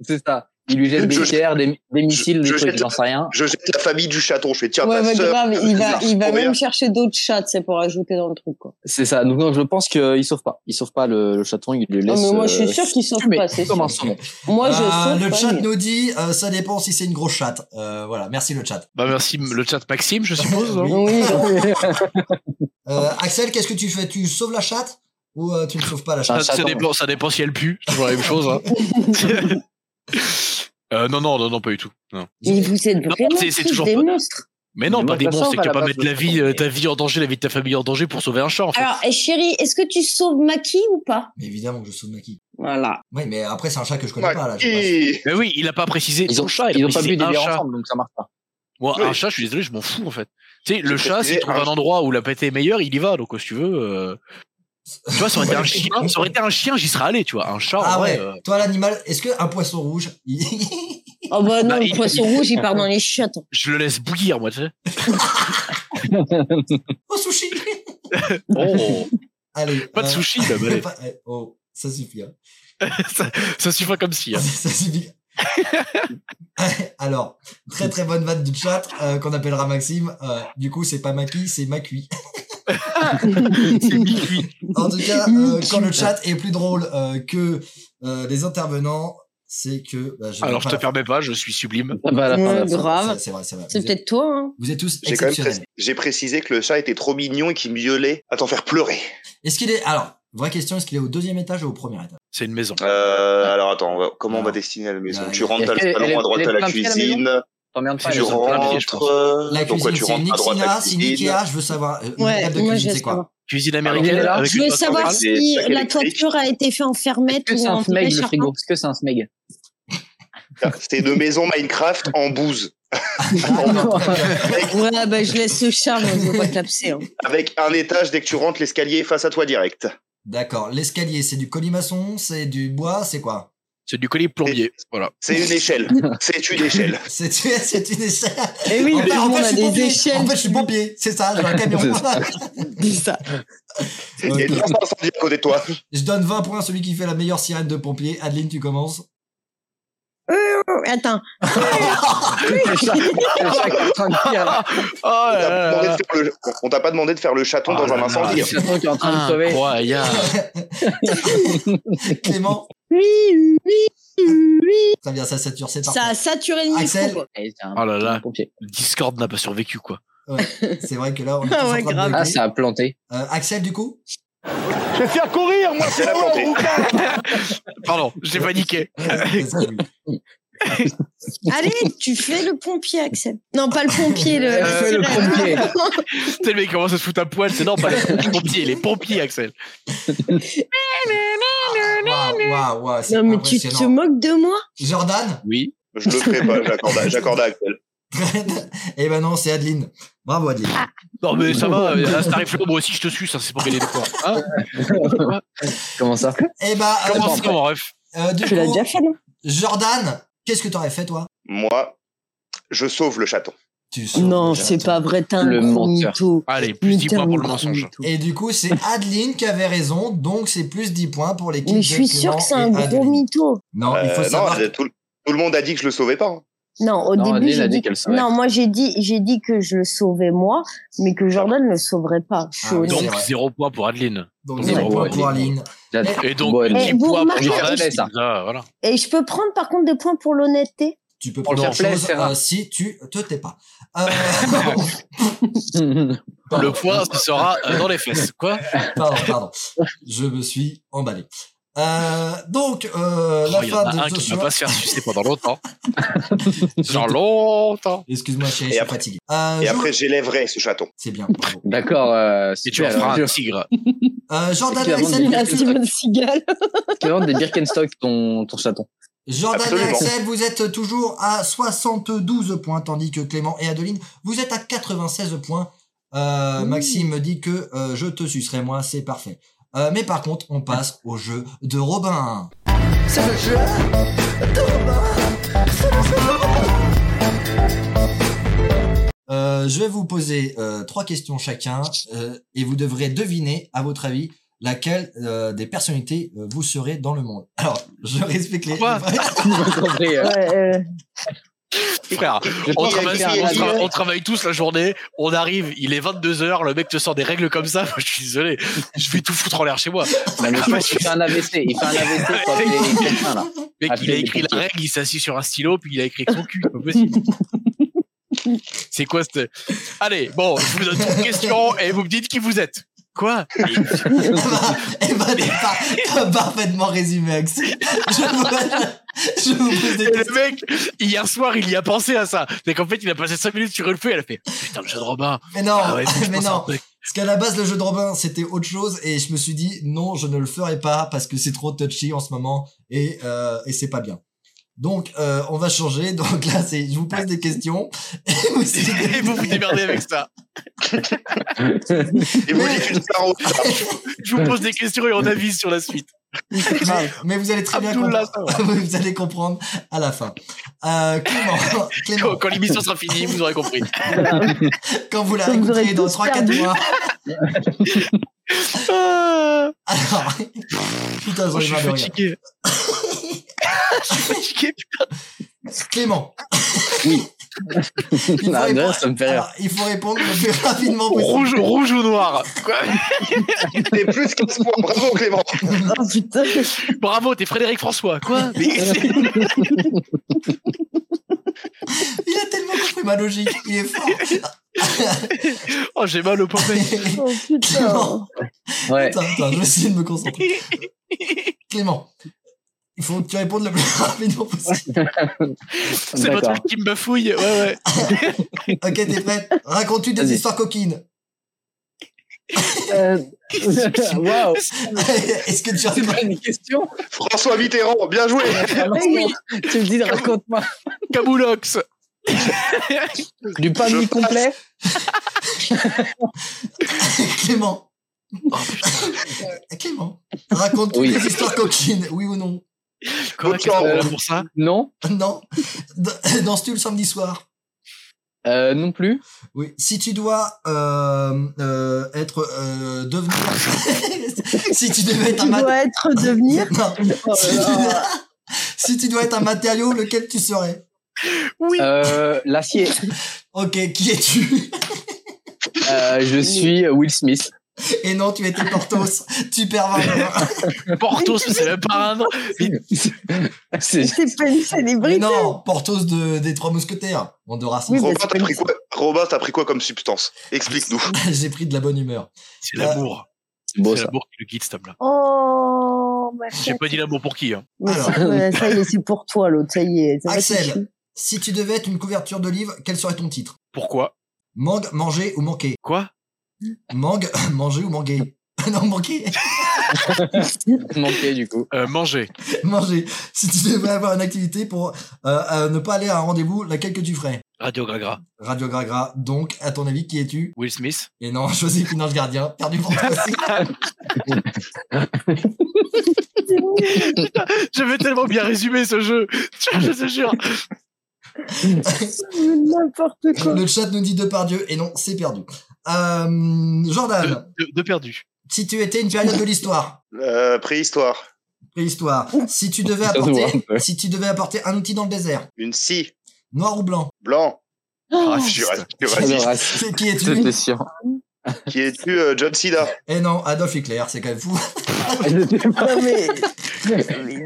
S5: C'est ça. Il lui jette des
S6: Je-
S5: pierres, des, des missiles,
S6: je-
S5: des
S6: je
S5: trucs,
S6: jette-
S5: j'en sais rien.
S6: je jette la famille du chaton. Je fais tiens,
S10: Ouais,
S6: ta
S10: ouais,
S6: sœur,
S10: grave, il va,
S6: bizarre,
S10: il va
S6: courir.
S10: même chercher d'autres chats, c'est pour ajouter dans le truc, quoi.
S5: C'est ça. Donc non, je pense qu'il sauve pas. Il sauve pas le, le chaton, il le
S10: Non,
S5: laisse.
S10: mais moi, je
S5: euh,
S10: suis sûre qu'il sauve
S5: fumer
S10: pas, c'est
S5: comme
S10: sûr.
S5: un saumon.
S10: Moi, je
S2: Euh,
S10: sauve
S2: le
S10: pas,
S2: chat
S10: mais-
S2: nous dit, euh, ça dépend si c'est une grosse chatte. Euh, voilà, merci le chat.
S4: Bah, merci, le chat Maxime, je suppose. hein.
S2: Oui.
S5: Un
S2: Euh, Axel, qu'est-ce que tu fais Tu sauves la chatte ou euh, tu ne sauves pas la chatte
S4: Ça, ça
S5: chaton.
S4: dépend, ça dépend si elle pue. C'est toujours la même chose. hein. Euh, non, non, non, non, pas du tout. Non.
S10: Mais vous êtes
S4: Non,
S10: vraiment
S4: c'est- c'est
S10: tous
S4: toujours
S10: des
S4: pas-
S10: monstres.
S4: Mais non,
S5: Mais
S4: pas
S5: moi,
S4: des
S5: je la
S4: bons,
S5: sauve
S4: c'est
S5: à
S4: que
S5: la
S4: pas
S5: base,
S4: mettre
S5: le
S4: la vie,
S5: chaton.
S4: euh, ta vie en danger, la vie de ta famille en danger pour sauver un chat, en fait.
S10: Alors, eh, chérie, est-ce que tu sauves Maki ou pas?
S2: Mais évidemment que je sauve Maki.
S10: Voilà.
S2: Oui, mais après, c'est un chat que je connais pas, là. je sais
S6: Et-
S4: Mais oui, il a pas précisé
S5: Ils ont,
S4: son chat, il a
S5: ils ont pas
S4: précisé
S5: bu des
S4: un
S5: bières
S4: chat.
S5: ensemble, donc ça marche pas.
S4: Moi,
S6: Oui.
S4: un chat, je suis désolé, je m'en fous, en fait. Tu sais, le
S6: J'ai
S4: chat, s'il
S6: précisé
S4: trouve
S6: un
S4: un
S6: chat.
S4: endroit où la pâté est meilleure, il y va. Donc, si tu veux, euh, tu vois, ça aurait été un chien, ça aurait été un chien, j'y serais allé, tu vois. Un chat,
S2: pas.
S4: en
S2: Ah ouais,
S4: vrai, euh,
S2: toi l'animal, est-ce que un poisson rouge il-
S10: Oh bah non,
S4: Bah,
S10: le
S4: il-
S10: poisson rouge, il part dans les chiottes.
S4: je le laisse bouillir, moi, tu sais.
S2: Oh sushi
S4: Oh,
S2: Allez.
S4: Pas de
S2: euh,
S4: sushi, là, bah, allez.
S2: pas- eh, Oh, ça suffit. hein.
S4: ça, ça suffit pas comme si. hein.
S2: ça suffit. Alors, très très bonne vanne du chat euh, qu'on appellera Maxime. Euh, du coup, c'est pas Maki, c'est Macui.
S4: C'est mi-cuit.
S2: En tout cas, euh, quand le chat est plus drôle euh, que euh, les intervenants, c'est que. bah, j'ai
S4: Alors, je
S2: pas
S4: te
S2: la-
S4: permets pas, je suis sublime.
S5: Ça va à Ah, bah, la fin,
S10: Ouais,
S5: là.
S4: Mm.
S10: grave.
S2: C'est- C'est vrai, c'est vrai.
S10: C'est
S2: Vous êtes-
S10: peut-être toi, hein.
S2: Vous êtes tous
S6: J'ai quand même
S2: exceptionnels.
S6: précisé- j'ai précisé que le chat était trop mignon et qu'il miaulait à t'en faire pleurer.
S2: Est-ce qu'il est alors Vraie question, est-ce qu'il est au deuxième étage ou au premier étage
S4: C'est une maison.
S6: Euh, alors attends, on va- comment on va
S2: Alors.
S6: dessiner la maison
S2: Là,
S6: Tu
S2: il y a-
S6: rentres, t'as le
S5: elle est-
S6: salon
S5: elle est-
S6: à droite,
S5: elle est
S6: t'as la
S5: plein pied, la
S6: cuisine.
S5: T'emmerdes pas,
S6: Tu
S4: Ils ont plein de pieds, je pense.
S6: rentres. euh,
S2: La
S6: donc,
S2: cuisine,
S6: ouais, tu
S2: c'est
S6: rentres à droite,
S2: Ikea,
S6: la
S2: c'est
S6: cuisine.
S2: Ikea, je veux savoir. euh, une
S10: Ouais,
S2: table de
S10: moi
S2: cuisine,
S10: je veux
S2: c'est quoi
S10: savoir.
S4: Cuisine
S5: Alors,
S4: américaine.
S5: là,
S10: Ah,
S4: avec
S10: Je
S4: une
S10: veux
S4: boîte
S10: savoir
S4: centrale.
S6: centrale. Des
S10: si
S6: plaques
S10: la
S6: électriques.
S10: toiture a été faite en
S5: Est-ce
S10: fermette
S5: que
S10: ou
S5: c'est
S10: en
S5: un smeg le
S10: charpente.
S5: frigo Est-ce que c'est un smeg
S6: C'est une maison Minecraft en bouse.
S2: Ah, non, très bien.
S10: Ouais, bah, je laisse ce charme, on ne pas clapser. hein.
S6: Avec un étage, dès que tu rentres, l'escalier est face à toi direct.
S2: D'accord, l'escalier, c'est du colimaçon, c'est du bois, c'est quoi
S4: C'est du collier plombier. Voilà.
S6: C'est une échelle. C'est une échelle.
S2: C'est c'est une échelle.
S10: Eh oui,
S2: en fait,
S10: tout le
S2: en
S10: monde
S2: fait,
S10: a
S2: je suis
S10: des
S2: pompier. En
S10: échelles.
S2: fait, je suis pompier. C'est ça, j'ai un camion.
S5: C'est ça.
S10: C'est ça.
S6: Il y a une lampe incendie à côté de toi.
S2: je donne 20 points à celui qui fait la meilleure sirène de pompier. Adeline, tu commences.
S10: Attends,
S4: Oh
S6: On t'a pas demandé de
S4: là là.
S6: faire le- On t'a pas demandé de faire le chaton
S4: Ah
S6: dans un
S4: là là.
S6: incendie.
S5: Il y a qui est en train de sauver.
S4: Incroyable.
S2: Clément,
S10: oui, oui, oui.
S2: ça vient, ça sature, c'est
S10: Ça
S2: parfait.
S10: a saturé le
S2: Axel.
S10: micro. quoi.
S5: Eh, c'est un
S4: Oh là là.
S5: pompier.
S4: Discord n'a pas survécu, quoi.
S2: C'est vrai que là, on est tous
S10: Ah
S2: en
S10: ouais,
S2: train de
S10: grave.
S5: Ah,
S2: bloquer.
S5: ça a planté.
S2: Euh, Axel, du coup
S1: Je vais faire courir, moi,
S6: C'est la
S1: Flo,
S6: plantée.
S1: Rouka.
S4: Pardon, j'ai paniqué.
S2: C'est ça, oui.
S10: Allez, tu fais le pompier, Axel. Non, pas le pompier, le.
S5: Euh, fais le pompier.
S4: Putain, le mec commence à se foutre à poil. C'est non, pas les pompiers, les pompiers, Axel.
S2: Waouh, waouh, waouh, Ah, c'est
S10: Non, mais tu te
S2: impressionnant.
S10: moques de moi
S2: Jordan
S4: Oui.
S6: Je le ferai pas, j'accorde à- j'accorde à Axel.
S2: Eh ben non, c'est Adeline. Bravo, Adeline.
S4: Non, mais ça va. euh, Star et Flo, moi aussi, je te suis, ça, c'est pour gagner des points. Hein
S5: Comment ça
S2: Eh ben, euh,
S4: Comment
S2: du
S4: ça, mon ref
S2: euh, du
S3: Tu l'as
S2: coup,
S3: déjà fait, non
S2: Jordan, qu'est-ce que t'aurais fait, toi
S6: Moi, je sauve le chaton.
S2: Tu sauves
S10: Non,
S2: le
S10: c'est
S2: chaton.
S10: pas vrai, t'as un
S5: Le
S10: gros
S5: menteur.
S10: mytho.
S4: Allez, plus 10
S10: Putain,
S4: points pour le
S10: mais-
S4: mensonge.
S2: Et du coup, c'est Adeline qui avait raison, donc c'est plus 10 points pour l'équipe.
S10: Mais je
S2: de
S10: suis sûr
S2: Clément
S10: que c'est
S2: et
S10: un gros
S2: Adeline.
S10: mytho.
S2: Non, Oh, il faut
S6: Euh, non,
S2: savoir.
S6: tout, tout le monde a dit que je le sauvais pas. hein.
S10: Non, au
S5: Non,
S10: début,
S5: Adeline
S10: j'ai
S5: a dit
S10: dit
S5: qu'elle sauverait.
S10: non, moi j'ai dit, j'ai dit que je le sauvais moi, mais que Jordan ne le sauverait pas. Je suis
S2: Ah oui,
S10: honnête.
S4: Donc,
S2: vrai.
S4: 0 points pour Adeline.
S2: Donc,
S4: Ouais.
S2: zéro
S4: Ouais.
S2: point pour Adeline.
S4: Et donc,
S5: Bon, elle-
S4: 10
S10: vous
S4: points pour
S10: remarquez-
S4: Jordan.
S5: Regardez ça.
S4: Ah, voilà.
S10: Et je peux prendre par contre des points pour l'honnêteté.
S2: Tu peux
S5: Pour le
S2: prendre
S5: fair play,
S2: chose
S5: c'est rare.
S2: euh, si tu te tais pas. Euh,
S4: Le point, ce sera euh, dans les fesses. Quoi
S2: pardon, pardon. Je me suis emballé. Euh, donc, euh,
S4: Oh,
S2: la
S4: Il y en
S2: fin de
S4: a un
S2: ce
S4: qui ne
S2: soir-
S4: va pas se faire sucer pendant longtemps. Genre longtemps.
S2: Excuse-moi, chérie,
S6: Et
S2: je suis
S6: après-
S2: fatigué. Euh,
S6: Et
S2: Jo-
S6: après, j'élèverai ce chaton.
S2: C'est bien, bravo.
S5: D'accord. euh,
S4: Et tu en
S5: super, alors.
S4: feras un tigre.
S2: Euh, Jordan et
S5: Clairement,
S2: Axel,
S5: du-
S10: La Simone Seagal.
S5: Tu vends des Birkenstock ton, ton chaton.
S2: Jordan et
S6: Absolument.
S2: Axel, vous êtes toujours à 72 points, tandis que Clément et Adeline, vous êtes à 96 points. Euh, Maxime me dit que euh, je te sucerai, moi, c'est parfait. Euh, mais par contre, on passe au jeu de Robin.
S7: C'est le jeu de Robin. C'est le jeu de Robin.
S2: Euh, je vais vous poser euh, trois questions chacun euh, et vous devrez deviner, à votre avis, laquelle euh, des personnalités euh, vous serez dans le monde. Alors, je respecte les...
S4: Quoi
S5: J'ai pas compris, euh,
S10: Ouais, euh,
S4: Frère, on
S6: Il y a
S4: travaille,
S6: écrit
S4: on
S6: un
S4: tra-
S6: livre.
S4: on travaille tous la journée. On arrive, il est 22h. Le mec te sort des règles comme ça. Moi, je suis désolé. Je vais tout foutre en l'air chez moi.
S5: non, mais Il fait un AVC. Il fait un AVC. faut appeler les médecins, là.
S4: Mec,
S5: Appelez
S4: il a
S5: les
S4: écrit la
S5: pompiers.
S4: règle, il s'est assis sur un stylo, puis il a écrit avec son cul, c'est pas possible. c'est quoi cette. Allez, bon, je vous donne une question et vous me dites qui vous êtes. Quoi
S2: Eh ben, eh ben, t'as par- t'as parfaitement résumé, Axel. Je vous, je vous pose des
S4: Et
S2: questions.
S4: le mec, hier soir, il y a pensé à ça. C'est qu'en fait, il a passé 5 minutes sur le feu et elle a fait Putain, le jeu de Robin.
S2: Mais non,
S4: Ah ouais, faut que je
S2: Oh, mais
S4: pense à un
S2: non.
S4: truc.
S2: Parce qu'à la base, le jeu de Robin, c'était autre chose et je me suis dit, non, je ne le ferai pas parce que c'est trop touchy en ce moment et, euh, et c'est pas bien. Donc, euh, on va changer. Donc là, c'est, je vous pose des questions et vous essayez
S4: Et vous vous
S2: de-
S4: démerdez avec ça.
S6: Et vous dites une star au hasard.
S4: Je vous pose des questions et on avise sur la suite.
S2: mais, mais vous allez très bien
S4: Abdullah,
S2: comprendre. vous allez comprendre à la fin. Euh, Clément, Clément,
S4: Quand, quand l'émission sera finie, vous aurez compris.
S2: quand vous la
S10: Vous aurez
S2: réécouterez dans
S10: tous
S2: 3-4
S10: perdu.
S2: mois.
S4: Ah,
S2: Alors, putain, j'en
S4: je
S2: ai
S4: suis
S2: marre de rien.
S4: fatigué. je suis fatigué.
S2: Clément, il faut,
S5: Ah,
S2: répondre,
S5: non, ça me fait rire.
S2: alors, il faut répondre le plus rapidement possible.
S4: Rouge, rouge ou noir Quoi
S6: T'es plus 15 points. Bravo, Clément.
S10: Oh putain.
S4: Bravo, t'es Frédéric François. Quoi
S2: Il a tellement compris ma logique, il est fort.
S4: Oh, j'ai mal au poignet.
S11: Oh putain.
S2: Clément,
S5: Ouais.
S2: attends, attends, je vais essayer de me concentrer. Clément, il faut que tu répondes le plus rapidement possible.
S4: C'est votre
S5: D'accord.
S4: truc qui me bafouille. Ouais, ouais.
S2: Ok, t'es prête Raconte-tu des
S5: Vas-y.
S2: histoires coquines
S5: Euh, Waouh.
S2: Est-ce que tu
S5: C'est
S2: racontes
S5: pas une question.
S6: François Mitterrand, bien joué.
S5: Vraiment, Tu me dis, raconte-moi
S4: Camoulox.
S5: du pain
S6: Je
S5: de mie complet.
S2: Clément Clément, raconte-tu
S5: Oui.
S2: des histoires coquines Oui ou non
S4: Comment tu là pour ça
S5: Non.
S2: Non D- Danses-tu le samedi soir
S5: Euh, non plus.
S2: Oui. Si tu dois euh, euh, être euh, devenir, si tu devais être un
S3: Tu
S2: mat-
S3: dois être devenir.
S2: Non.
S10: oh
S2: si, tu dois... si tu dois être un matériau, lequel tu serais
S4: Oui.
S5: Euh, L'acier.
S2: Ok, qui es-tu
S5: Euh, je suis Will Smith.
S2: Et non, tu étais Portos, tu pervers.
S4: Portos, c'est même pas un nom.
S5: C'est-
S3: C'est pas une célébrité.
S2: non, Portos de... des Trois Mousquetaires, on devra s'en
S3: Oui,
S2: sortir.
S6: Robin, t'as pris quoi Robin, t'as pris quoi comme substance Explique-nous.
S2: J'ai pris de la bonne humeur.
S4: C'est l'amour.
S5: C'est beau
S4: c'est
S5: ça.
S4: l'amour qui le guide, cet homme-là.
S3: Oh, ma
S4: J'ai pas dit l'amour pour qui. Hein.
S3: Mais
S2: Alors.
S3: c'est- ouais, ça y est, c'est pour toi, l'autre. Ça y est. ça va,
S2: Axel.
S3: c'est fini.
S2: Si tu devais être une couverture de livre, quel serait ton titre
S4: Pourquoi
S2: Mangue, manger ou manquer
S4: Quoi
S2: Mangue, manger ou manguer Non, manquer.
S5: Manqué du coup.
S4: Euh, Manger.
S2: manger. Si tu devais avoir une activité pour euh, euh, ne pas aller à un rendez-vous, laquelle que tu ferais
S4: Radio Gragra.
S2: Radio Gragra. Donc, à ton avis, qui es-tu
S4: Will Smith.
S2: Et non, Joséphine Ange Gardien, perdu pour toi aussi.
S4: J'avais tellement bien résumé ce jeu. Je je te jure.
S3: N'importe quoi.
S2: Le chat nous dit Depardieu, et non, c'est perdu. Euh,
S4: De,
S2: Jordan,
S4: de- de perdu.
S2: si tu étais une période de l'histoire,
S6: Euh, préhistoire.
S2: préhistoire, si tu devais
S5: Ça se voit un
S2: apporter,
S5: peu.
S2: si tu devais apporter un outil dans le désert,
S6: Une scie.
S2: noir ou blanc,
S6: Blanc. Ah,
S4: Raciste.
S6: je suis ra- je suis raciste.
S5: Alors, raciste,
S2: qui, qui
S5: C'était
S2: es-tu
S5: sûr.
S6: Qui es-tu, euh, John Cena
S2: Et non, Adolf Hitler, c'est quand même fou.
S3: Non, mais
S4: Allez,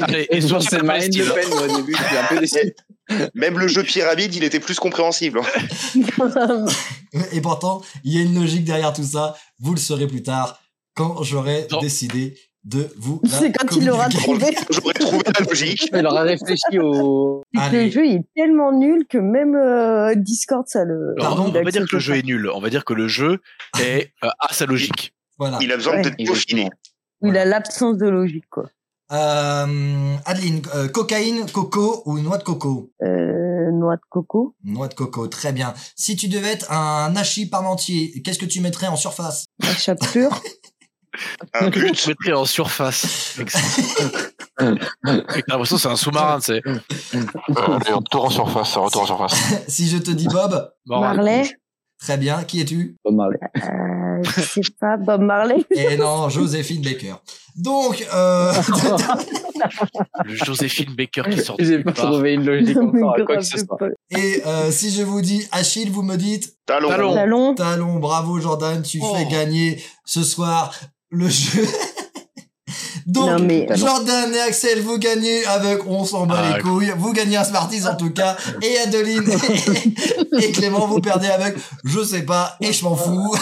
S4: Ah, et
S5: Et
S4: soit
S5: genre,
S4: c'est
S5: c'est Marine
S4: Palestine.
S5: Le Pen, moi, au début, j'étais un peu déçu.
S6: Même le jeu pyramide, il était plus compréhensible. hein.
S2: Et pourtant, il y a une logique derrière tout ça. Vous le saurez plus tard quand j'aurai
S4: Non.
S2: décidé de vous. la
S3: c'est quand il aura
S2: communiquer.
S3: trouvé.
S6: J'aurais trouvé la logique.
S5: Elle aura réfléchi au.
S2: Allez.
S3: Le jeu il est tellement nul que même euh, Discord, ça le.
S4: Alors,
S2: Pardon,
S4: on va
S3: il
S4: pas dire
S3: accepte
S4: que le jeu
S3: pas.
S4: est nul. On va dire que le jeu est euh, à sa logique.
S2: Voilà.
S6: Il a besoin
S3: Ouais,
S6: d'être peaufiné.
S3: Il a l'absence de logique, quoi.
S2: Euh, Adeline, euh, cocaïne, coco ou noix de coco
S3: Euh, noix de coco.
S2: Noix de coco, très bien. Si tu devais être un hachis parmentier, qu'est-ce que tu mettrais en surface
S3: La chapelure.
S6: Un
S4: Que
S6: but.
S4: je mettrais en surface. Excellent. J'ai l'impression que c'est un sous-marin, tu sais.
S12: retour en surface, retour en surface.
S2: Si je te dis Bob,
S4: Bon,
S3: Marley.
S2: très bien. Qui es-tu
S5: Pas mal.
S3: Euh, je sais pas, Bob Marley.
S2: Et non, Joséphine Baker. Donc, euh,
S4: Le Joséphine Baker qui sort de
S5: J'ai
S4: nulle
S5: pas
S4: part.
S5: trouvé une logique encore à quoi que ce soit.
S3: Talon.
S2: et euh, si je vous dis Achille, vous me dites
S6: Talon.
S4: Talon.
S2: Talon, bravo Jordan, tu
S4: Oh.
S2: fais gagner ce soir le jeu. Donc,
S3: Non mais
S5: Talon.
S2: Jordan et Axel, vous gagnez avec On s'en bat
S4: Ah,
S2: les couilles. Vous gagnez un Smarties en tout cas. Et Adeline et, et Clément, vous perdez avec Je sais pas et je m'en fous.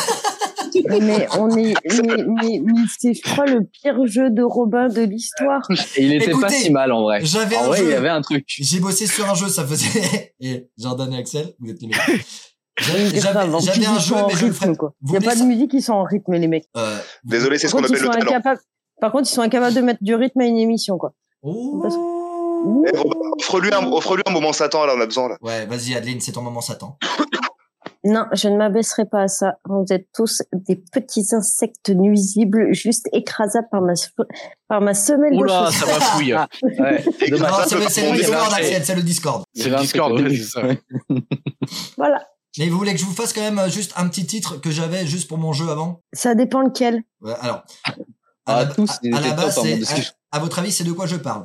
S3: mais on est mais, mais, mais c'est je crois le pire jeu de Robin de l'histoire.
S5: Et il était pas
S2: Écoutez,
S5: si mal en vrai.
S2: J'avais
S5: En
S2: un
S5: vrai, Ah il y
S2: jeu.
S5: avait un truc.
S2: J'ai bossé sur un jeu, ça faisait. Et Jordan et Axel, vous êtes les meilleurs. J'avais
S3: Grave, en
S2: j'avais- j'avais
S3: plus, ils
S2: un
S3: sont
S2: jeu,
S3: en
S2: mais je le
S3: rythme,
S2: ferai.
S3: quoi.
S2: Vous
S3: Il y a
S2: voulez
S3: pas de
S2: ça
S3: musique ils sont en rythme les mecs.
S2: Euh, vous-
S6: Désolé, c'est ce qu'on
S3: Par contre,
S6: appelle
S3: ils
S6: le
S3: sont
S6: talent.
S3: incapables. Par contre, ils sont incapables de mettre du rythme à une émission quoi.
S2: Oh.
S6: Eh, Robin, Offre-lui un, offre-lui un moment Satan, là, on a besoin. Là.
S2: Ouais, vas-y Adeline, c'est ton moment Satan.
S3: Non, je ne m'abaisserai pas à ça. Vous êtes tous des petits insectes nuisibles, juste écrasables par ma se- par ma semelle de
S4: Oula,
S3: chaussure.
S4: ça va fouiller.
S5: Ouais. Dommage.
S2: Non, c'est le- c'est le
S4: Il y avait
S2: Discord,
S4: un-
S2: Axel, c'est le Discord.
S5: Il y
S4: C'est
S5: avait
S4: le
S5: un
S4: Discord,
S5: truc au
S4: ouais,
S5: début.
S4: c'est ça.
S3: Voilà.
S2: Mais vous voulez que je vous fasse quand même euh, juste un petit titre que j'avais juste pour mon jeu avant
S3: Ça dépend lequel.
S2: Ouais, Alors,
S5: Ah,
S2: la-
S5: tous, ils
S2: à la
S5: étaient
S2: base,
S5: top, hein,
S2: c'est-
S5: de ce que je-
S2: à, à votre avis, c'est de quoi je parle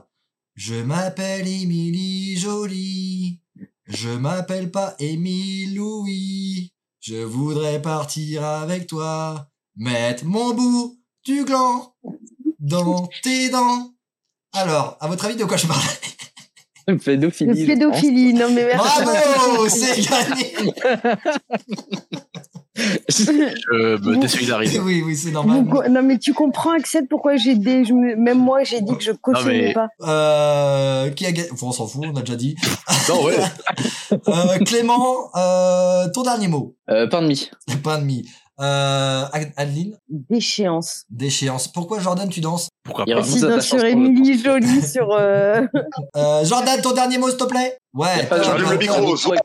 S2: Je m'appelle Émilie Jolie. Je m'appelle pas Émile Louis. Je voudrais partir avec toi. Mettre mon bout du gland dans tes dents. Alors, à votre avis, de quoi je parle
S5: Le pédophilie.
S10: Le pédophilie, non mais merci.
S2: Bravo, c'est gagné.
S4: Je me désolidarise.
S2: Oui, oui, c'est
S10: Vous
S2: normal.
S10: co- non mais tu comprends Axel pourquoi j'ai des je me- même moi j'ai dit que je cautionnais
S4: mais-
S10: pas.
S2: Euh, qui a gagné Enfin, on s'en fout, on a déjà dit.
S4: Non, ouais.
S2: Euh, Clément, euh, ton dernier mot.
S5: Euh, pain de mie.
S2: Pain de mie. Euh, Anne- Anne-Line,
S10: Déchéance.
S2: déchéance. Pourquoi Jordan, tu danses
S4: Pourquoi
S5: Il
S4: pas
S5: raconte sa
S10: Président
S5: chance
S10: sur
S5: pour le
S10: Émilie Jolie sur euh,
S2: euh, Jordan, ton dernier mot, s'il te plaît
S5: Y
S2: Ouais.
S5: a pas de-
S2: euh,
S6: J'allume le micro, Zouave.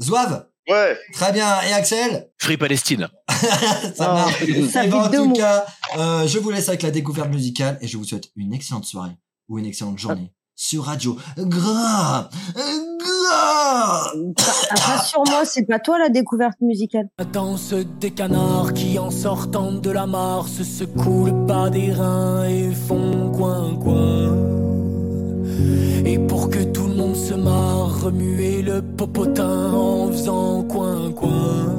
S2: Zouave
S6: Ouais.
S2: Très bien. Et Axel
S4: Free Palestine.
S2: Ça marche.
S10: Oh, ça fait
S2: Eh ben, en
S10: deux
S2: tout
S10: mots.
S2: cas, euh, je vous laisse avec la découverte musicale et je vous souhaite une excellente soirée ou une excellente journée sur Radio Gras. Gras.
S10: Rassure-moi, c'est pas toi la découverte musicale.
S7: Danse des canards qui en sortant de la mare se secouent le bas des reins et font coin coin. Et pour que tout le monde se marre, remuez le popotin en faisant coin coin.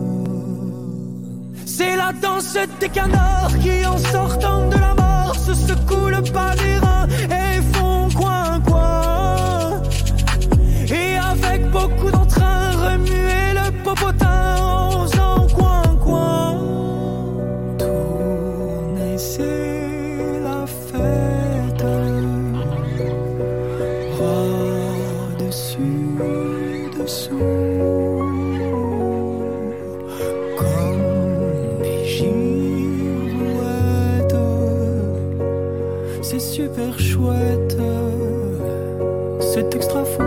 S7: C'est la danse des canards qui en sortant de la mare se secouent le bas des reins et font coin coin. Et avec beaucoup d'entrain, remuer le popotin en faisant coin coin. Tournez, c'est la fête. Au-dessus, dessous. Comme des girouettes. C'est super chouette. C'est extra fou.